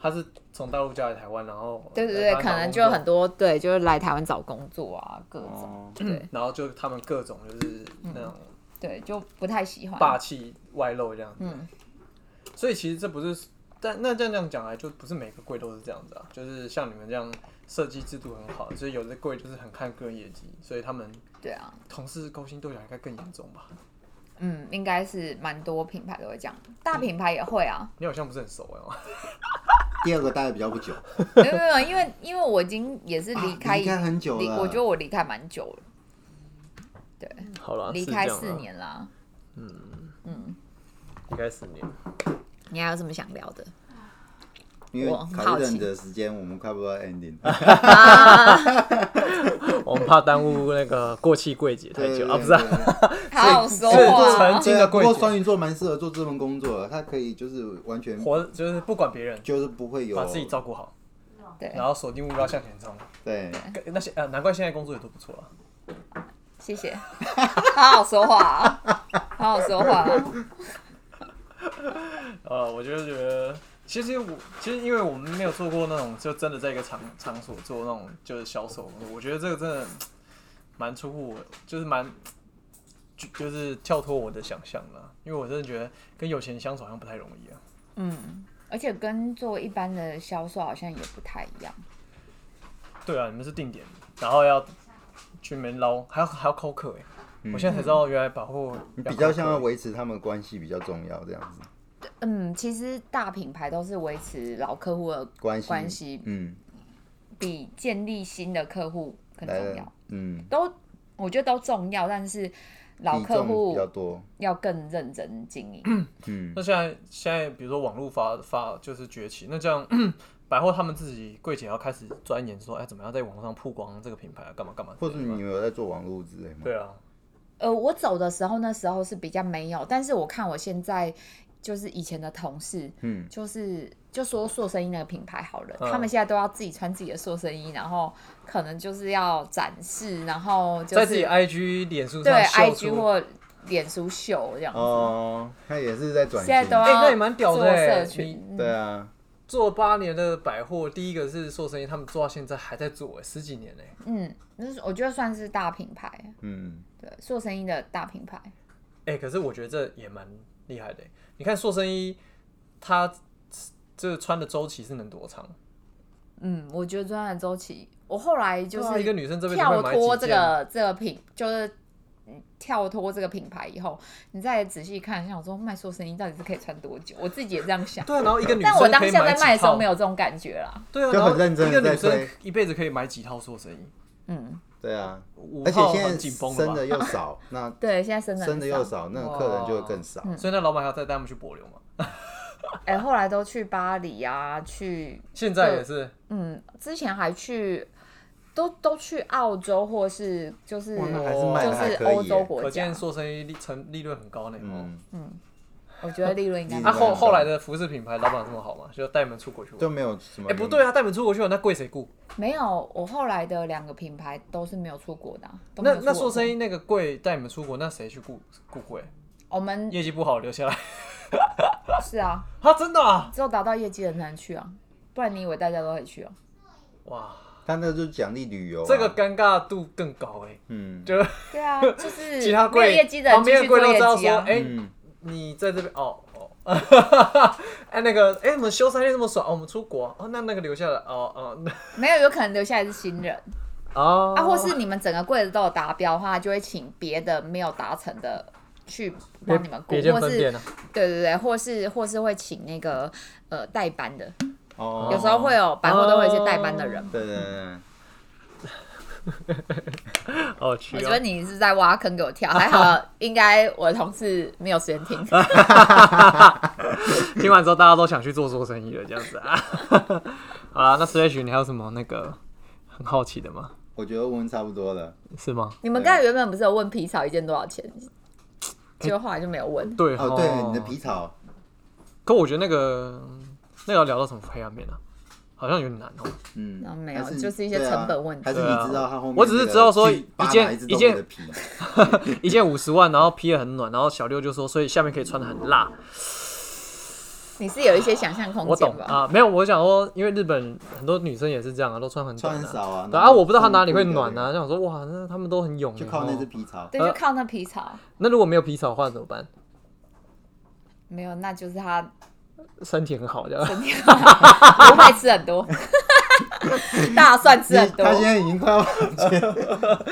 [SPEAKER 1] 他是从大陆嫁来台湾，然后
[SPEAKER 2] 对对
[SPEAKER 1] 哦来
[SPEAKER 2] 对，
[SPEAKER 1] 台湾找工
[SPEAKER 2] 可能就
[SPEAKER 1] 作
[SPEAKER 2] 很多对，就是来台湾找工作啊，各种、
[SPEAKER 3] 哦，
[SPEAKER 2] 对嗯
[SPEAKER 1] 然后就他们各种就是那种
[SPEAKER 2] 对，就不太喜欢。
[SPEAKER 1] 霸气外露这样子。
[SPEAKER 2] 嗯
[SPEAKER 1] 所以其实这不是，但那这样这样讲来，就不是每个柜都是这样子啊。就是像你们这样设计制度很好，所以有的柜就是很看个人业绩，所以他们
[SPEAKER 2] 对啊，
[SPEAKER 1] 同事勾心斗角应该更严重吧？
[SPEAKER 2] 嗯，应该是蛮多品牌都会这样，大品牌也会 啊。
[SPEAKER 1] 你好像不是很熟哎、哦。
[SPEAKER 3] 第二个待的比较不久，
[SPEAKER 2] 没有没有，没有因为因为我已经也是离
[SPEAKER 3] 啊
[SPEAKER 2] 开
[SPEAKER 3] 离开很久
[SPEAKER 2] 离
[SPEAKER 3] 了。
[SPEAKER 2] 我觉得我离开蛮久了，
[SPEAKER 1] 好了
[SPEAKER 2] 离开四，年啦。
[SPEAKER 1] 离开四年。
[SPEAKER 2] 啊你还有什么想聊的？
[SPEAKER 3] 因为
[SPEAKER 2] 我很
[SPEAKER 3] 考
[SPEAKER 2] 好
[SPEAKER 3] 虑
[SPEAKER 2] 奇
[SPEAKER 3] 你的时间，我们快不多 要 ending 了。
[SPEAKER 1] 我们怕耽误那个过气柜姐太久啊，不是、啊？
[SPEAKER 2] 好好说
[SPEAKER 1] 是
[SPEAKER 2] 话
[SPEAKER 1] 曾
[SPEAKER 2] 啊。
[SPEAKER 1] 经
[SPEAKER 3] 对
[SPEAKER 1] 的
[SPEAKER 3] 啊，不
[SPEAKER 1] 柜
[SPEAKER 3] 过
[SPEAKER 1] 姐
[SPEAKER 3] 双鱼座蛮适合做这份工作的，他可以就是完全
[SPEAKER 1] 活就是不管别人，
[SPEAKER 3] 就是不会有
[SPEAKER 1] 把自己照顾好。
[SPEAKER 2] 对
[SPEAKER 1] 然后锁定目标向前冲。
[SPEAKER 3] 对，
[SPEAKER 1] 跟那些呃，难怪现在工作也都不错了。
[SPEAKER 2] 谢谢，好好说话、啊，好好说话、啊。
[SPEAKER 1] 呃，我就觉得，其实我其实因为我们没有做过那种，就真的在一个场场所做那种就是销售工作，我觉得这个真的蛮出乎我，就是蛮就就是跳脱我的想象了。因为我真的觉得跟有钱人相处好像不太容易啊。
[SPEAKER 2] 嗯，而且跟做一般的销售好像也不太一样。
[SPEAKER 1] 对啊，你们是定点，然后要去门捞，还要还要扣客哎、
[SPEAKER 3] 嗯
[SPEAKER 1] 我现在才知道原来百货
[SPEAKER 3] 你
[SPEAKER 1] 要
[SPEAKER 3] 比较
[SPEAKER 1] 扣
[SPEAKER 3] 像
[SPEAKER 1] 客
[SPEAKER 3] 要
[SPEAKER 1] 欸
[SPEAKER 3] 维持他们关系比较重要这样子，
[SPEAKER 2] 嗯，其实大品牌都是维持老客户的
[SPEAKER 3] 关系
[SPEAKER 2] 关系
[SPEAKER 3] 嗯，
[SPEAKER 2] 比建立新的客户更
[SPEAKER 3] 来
[SPEAKER 2] 重要
[SPEAKER 3] 了，。嗯，
[SPEAKER 2] 都我觉得都重要，但是老
[SPEAKER 3] 比
[SPEAKER 2] 客
[SPEAKER 3] 重比
[SPEAKER 2] 户
[SPEAKER 3] 较多，
[SPEAKER 2] 要更认真经营。
[SPEAKER 3] 嗯
[SPEAKER 1] 那现在现在比如说网络发发就是崛起，那这样百货他们自己柜姐要开始钻研说，哎，怎么样在网络上曝光这个品牌啊，干嘛干嘛之
[SPEAKER 3] 或
[SPEAKER 1] 类
[SPEAKER 3] 者
[SPEAKER 1] 的吗？
[SPEAKER 3] 你们有在做网络之类吗？
[SPEAKER 1] 对啊，
[SPEAKER 2] 呃，我走的时候那时候是比较没有，但是我看我现在就是以前的同事，
[SPEAKER 3] 嗯，
[SPEAKER 2] 就是就说塑身衣那个品牌好了，
[SPEAKER 1] 嗯
[SPEAKER 2] 他们现在都要自己穿自己的塑身衣，然后可能就是要展示，然后就
[SPEAKER 1] 在
[SPEAKER 2] 是
[SPEAKER 1] 自己 IG 脸书
[SPEAKER 2] 对
[SPEAKER 1] 上秀
[SPEAKER 2] IG
[SPEAKER 1] 出，
[SPEAKER 2] 或脸书秀这样子。
[SPEAKER 3] 哦，他也是在转
[SPEAKER 2] 现在
[SPEAKER 3] 型
[SPEAKER 2] 都，要
[SPEAKER 1] 哎那也蛮屌的
[SPEAKER 2] 做
[SPEAKER 1] 欸你
[SPEAKER 2] 社群，嗯
[SPEAKER 3] 对啊，
[SPEAKER 1] 做八年的百货，第一个是做生意，他们做到现在还在做、哎，十几年呢、哎
[SPEAKER 2] 嗯，那是我觉得算是大品牌，
[SPEAKER 3] 嗯，
[SPEAKER 2] 对，做生意的大品牌。
[SPEAKER 1] 哎、可是我觉得这也蛮厉害的、哎你看塑身衣，它这穿的周期是能多长？
[SPEAKER 2] 嗯，我觉得专案周期，我后来就
[SPEAKER 1] 对啊
[SPEAKER 2] 是
[SPEAKER 1] 一个女生这辈子会
[SPEAKER 2] 跳
[SPEAKER 1] 买
[SPEAKER 2] 脱
[SPEAKER 1] 几
[SPEAKER 2] 这
[SPEAKER 1] 件
[SPEAKER 2] 个这个品，就是嗯跳脱这个品牌以后，你再仔细看，想说卖塑身衣到底是可以穿多久？我自己也这样想。
[SPEAKER 1] 对啊，然后一个女
[SPEAKER 2] 但我
[SPEAKER 1] 生
[SPEAKER 2] 当
[SPEAKER 1] 可以
[SPEAKER 2] 下
[SPEAKER 1] 买
[SPEAKER 2] 在卖
[SPEAKER 1] 几
[SPEAKER 2] 的时候
[SPEAKER 1] 套
[SPEAKER 2] 没，有这种感觉啦。
[SPEAKER 1] 对啊，
[SPEAKER 3] 就
[SPEAKER 1] 然
[SPEAKER 3] 很
[SPEAKER 1] 后
[SPEAKER 3] 认真
[SPEAKER 1] 一个
[SPEAKER 3] 地
[SPEAKER 1] 女
[SPEAKER 3] 在
[SPEAKER 1] 生
[SPEAKER 3] 推
[SPEAKER 1] 一辈子可以买几套做生意，
[SPEAKER 2] 嗯，
[SPEAKER 3] 对啊，
[SPEAKER 1] 五
[SPEAKER 3] 而且
[SPEAKER 1] 套
[SPEAKER 3] 现
[SPEAKER 1] 很
[SPEAKER 3] 在
[SPEAKER 1] 紧绷了
[SPEAKER 3] 生
[SPEAKER 1] 吧
[SPEAKER 3] 的又少，那
[SPEAKER 2] 对，现在生的
[SPEAKER 3] 生的
[SPEAKER 2] 很嗯
[SPEAKER 3] 又少，那种客人就会更少，
[SPEAKER 1] 所以那老板还要再带他们去柏流嘛？
[SPEAKER 2] 哎、后来都去巴黎啊，去
[SPEAKER 1] 现在也是，
[SPEAKER 2] 嗯，之前还去。都都去澳洲或是就是
[SPEAKER 3] 哇那还
[SPEAKER 1] 是卖
[SPEAKER 2] 就
[SPEAKER 1] 得
[SPEAKER 3] 还
[SPEAKER 2] 是
[SPEAKER 3] 可以
[SPEAKER 2] 欧
[SPEAKER 3] 耶
[SPEAKER 2] 洲国
[SPEAKER 1] 可
[SPEAKER 2] 家
[SPEAKER 1] 见，做生意利成利润很高呢。哦
[SPEAKER 3] 嗯，
[SPEAKER 2] 我觉得利润应该
[SPEAKER 3] 利
[SPEAKER 1] 那
[SPEAKER 2] 蛮
[SPEAKER 3] 润
[SPEAKER 1] 后后来的服饰品牌老板这么好嘛，就带你们出国去玩
[SPEAKER 3] 就。没有什么，
[SPEAKER 1] 哎，不对，啊，带你们出国去玩，那贵谁雇？
[SPEAKER 2] 没有，我后来的两个品牌都是没有出国的啊、都没
[SPEAKER 1] 那
[SPEAKER 2] 有
[SPEAKER 1] 那
[SPEAKER 2] 出
[SPEAKER 1] 做
[SPEAKER 2] 国
[SPEAKER 1] 生意那个贵带你们出国，那谁去雇雇贵？
[SPEAKER 2] 我们
[SPEAKER 1] 业绩不好留下来
[SPEAKER 2] 是啊，
[SPEAKER 1] 啊，真的啊，
[SPEAKER 2] 只有达到业绩的人才能去啊，不然你以为大家都可以去哦、
[SPEAKER 1] 哇，
[SPEAKER 3] 他那就是奖励旅游啊，
[SPEAKER 1] 这个尴尬度更高哎。
[SPEAKER 3] 嗯，
[SPEAKER 1] 就
[SPEAKER 2] 对 啊，就是
[SPEAKER 1] 其他
[SPEAKER 2] 没有
[SPEAKER 1] 贵
[SPEAKER 2] 业绩的人
[SPEAKER 1] 旁
[SPEAKER 2] 继
[SPEAKER 1] 边
[SPEAKER 2] 续
[SPEAKER 1] 的贵
[SPEAKER 2] 做
[SPEAKER 1] 都知道
[SPEAKER 2] 业绩
[SPEAKER 1] 说，
[SPEAKER 2] 啊。
[SPEAKER 1] 哎，
[SPEAKER 3] 嗯，
[SPEAKER 1] 你在这边哦哦， 哎那个哎，我们休三天这么爽，哦我们出国哦，那那个留下来哦哦 那
[SPEAKER 2] 没有，有可能留下来是新人、
[SPEAKER 1] 哦
[SPEAKER 2] 啊，或是你们整个柜子都有达标的话，就会请别的没有达成的去帮你们顾，
[SPEAKER 1] 别间
[SPEAKER 2] 或
[SPEAKER 1] 分
[SPEAKER 2] 是
[SPEAKER 1] 店啊，
[SPEAKER 2] 对对对，或是或是会请那个呃代班的，
[SPEAKER 3] 哦，
[SPEAKER 2] 有时候会有百货都会有一些代班的人。
[SPEAKER 3] 对，对对对，
[SPEAKER 1] 哦去
[SPEAKER 2] 我
[SPEAKER 1] 啊
[SPEAKER 2] 觉得你是在挖坑给我 跳，还好应该我的同事没有时间听。
[SPEAKER 1] 听完之后，大家都想去做做生意了，这样子啊。 好啦，那 Slash 你还有什么那个很好奇的吗？
[SPEAKER 3] 我觉得问差不多了，
[SPEAKER 1] 是吗？
[SPEAKER 2] 你们刚才原本不是有问皮草一件多少钱，结果后来就没有问。
[SPEAKER 1] 对
[SPEAKER 3] 哦，对，你的皮。草，
[SPEAKER 1] 可我觉得那个那个要聊到什么黑暗面啊，好像有点难哦。
[SPEAKER 3] 嗯
[SPEAKER 2] 然后没有
[SPEAKER 3] 还
[SPEAKER 2] 就是一些
[SPEAKER 3] 对啊
[SPEAKER 2] 成本问题
[SPEAKER 3] 还是
[SPEAKER 1] 对啊
[SPEAKER 3] 你知道他后面那个去巴拿一只动物的皮？
[SPEAKER 1] 我只是知道说一件一件
[SPEAKER 3] 啊
[SPEAKER 1] 一件五十万，然后披的很暖，然后小六就说，所以下面可以穿的很辣。
[SPEAKER 2] 你是有一些想象空
[SPEAKER 1] 我懂
[SPEAKER 2] 间吧？
[SPEAKER 1] 啊，没有，我想说，因为日本很多女生也是这样啊，都穿很短、啊。
[SPEAKER 3] 穿很少啊，
[SPEAKER 1] 对啊，我不知道她哪里会暖啊，，就想说哇，那他们都很勇、欸。
[SPEAKER 3] 就靠那只
[SPEAKER 1] 哦
[SPEAKER 3] 皮草，
[SPEAKER 2] 对，
[SPEAKER 1] 呃
[SPEAKER 2] 就靠那皮草，
[SPEAKER 1] 那如果没有皮草的话怎么办？
[SPEAKER 2] 没有，那就是他
[SPEAKER 1] 身体很好，这样。
[SPEAKER 2] 整天不会吃很多，大蒜吃很
[SPEAKER 3] 你
[SPEAKER 2] 啊多
[SPEAKER 3] 他。现在已经快要完全，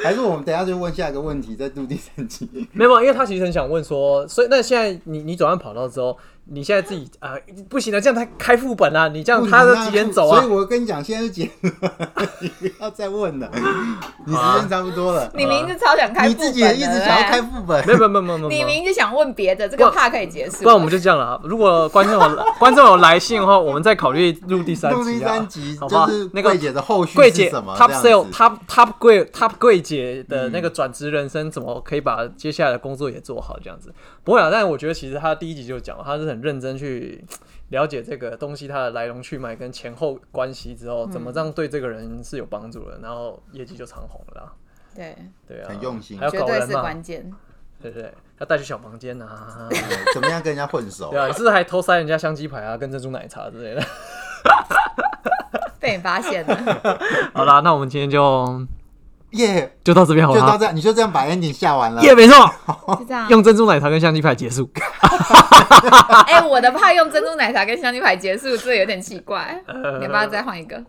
[SPEAKER 3] 还是我们等一下就问下一个问题，再录第三集。
[SPEAKER 1] 没有，因为他其实很想问说，所以那现在你你转换跑道之后，你现在自己啊、呃不行了，这样他开副本啊，你这样他
[SPEAKER 3] 不
[SPEAKER 1] 的
[SPEAKER 3] 行啊
[SPEAKER 1] 几点走啊
[SPEAKER 3] 所以？我跟你讲，现在就结论， 你不要再问了，你时间差不多了，
[SPEAKER 2] 你明明就超想开
[SPEAKER 3] 你
[SPEAKER 2] 副本的，
[SPEAKER 3] 自己也一直想要开
[SPEAKER 2] 对
[SPEAKER 3] 副本
[SPEAKER 1] 没，有没有没有没有没
[SPEAKER 2] 不对，
[SPEAKER 1] 有，
[SPEAKER 2] 你
[SPEAKER 1] 没有
[SPEAKER 2] 明明就想问别的，这个
[SPEAKER 1] 不
[SPEAKER 2] 怕可以结束
[SPEAKER 1] 不然。我们就这样了啊。如果观众有观众有来信的话，我们再考虑录第三集、啊。
[SPEAKER 3] 录第三集
[SPEAKER 1] 好不好？
[SPEAKER 3] 就是
[SPEAKER 1] 那个
[SPEAKER 3] 柜姐的后续
[SPEAKER 1] 柜
[SPEAKER 3] 是
[SPEAKER 1] 姐
[SPEAKER 3] 什么
[SPEAKER 1] Top
[SPEAKER 3] 这样
[SPEAKER 1] Sale
[SPEAKER 3] 子嗯
[SPEAKER 1] Top Top 柜 Top 柜姐的那个转职人生，怎么可以把接下来的工作也做好这样子？不会啊，但是我觉得其实他第一集就讲了，他是很很认真去了解这个东西它的来龙去脉跟前后关系之后，怎
[SPEAKER 3] 嗯
[SPEAKER 1] 么这样对这个人是有帮助的，然后业绩就长红了啦。
[SPEAKER 2] 对，
[SPEAKER 1] 对啊，
[SPEAKER 3] 很用心
[SPEAKER 1] 还要
[SPEAKER 2] 绝
[SPEAKER 1] 搞
[SPEAKER 2] 对
[SPEAKER 1] 人
[SPEAKER 2] 是
[SPEAKER 1] 嘛，
[SPEAKER 2] 关键。
[SPEAKER 1] 对不对？要带去小房间啊，
[SPEAKER 3] 怎么样跟人家混熟
[SPEAKER 1] 对？啊，你是不是还偷塞人家香鸡排啊，跟珍珠奶茶之类的？
[SPEAKER 2] 被你发现了，
[SPEAKER 1] 好啦，那我们今天就
[SPEAKER 3] 耶，
[SPEAKER 1] 就到这边好
[SPEAKER 3] 就到
[SPEAKER 1] 吗？
[SPEAKER 3] 这样，你就这样把 ending 下完了。
[SPEAKER 1] 耶，没错，
[SPEAKER 2] 就这样。
[SPEAKER 1] 用珍珠奶茶跟香鸡排结束。
[SPEAKER 2] 哎、我的怕用珍珠奶茶跟香鸡排结束，这有点奇怪。
[SPEAKER 1] 呃
[SPEAKER 2] 你要不要再换一个？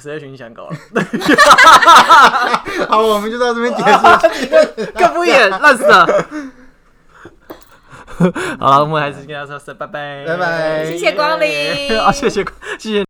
[SPEAKER 1] 谁在群你想 搞了？
[SPEAKER 3] 好，我们就到这边结束。
[SPEAKER 1] 更不演，烂死 了。好了，我们还是跟他说声拜拜，
[SPEAKER 3] 拜拜
[SPEAKER 2] 谢谢光 临
[SPEAKER 1] 啊，谢谢，谢谢。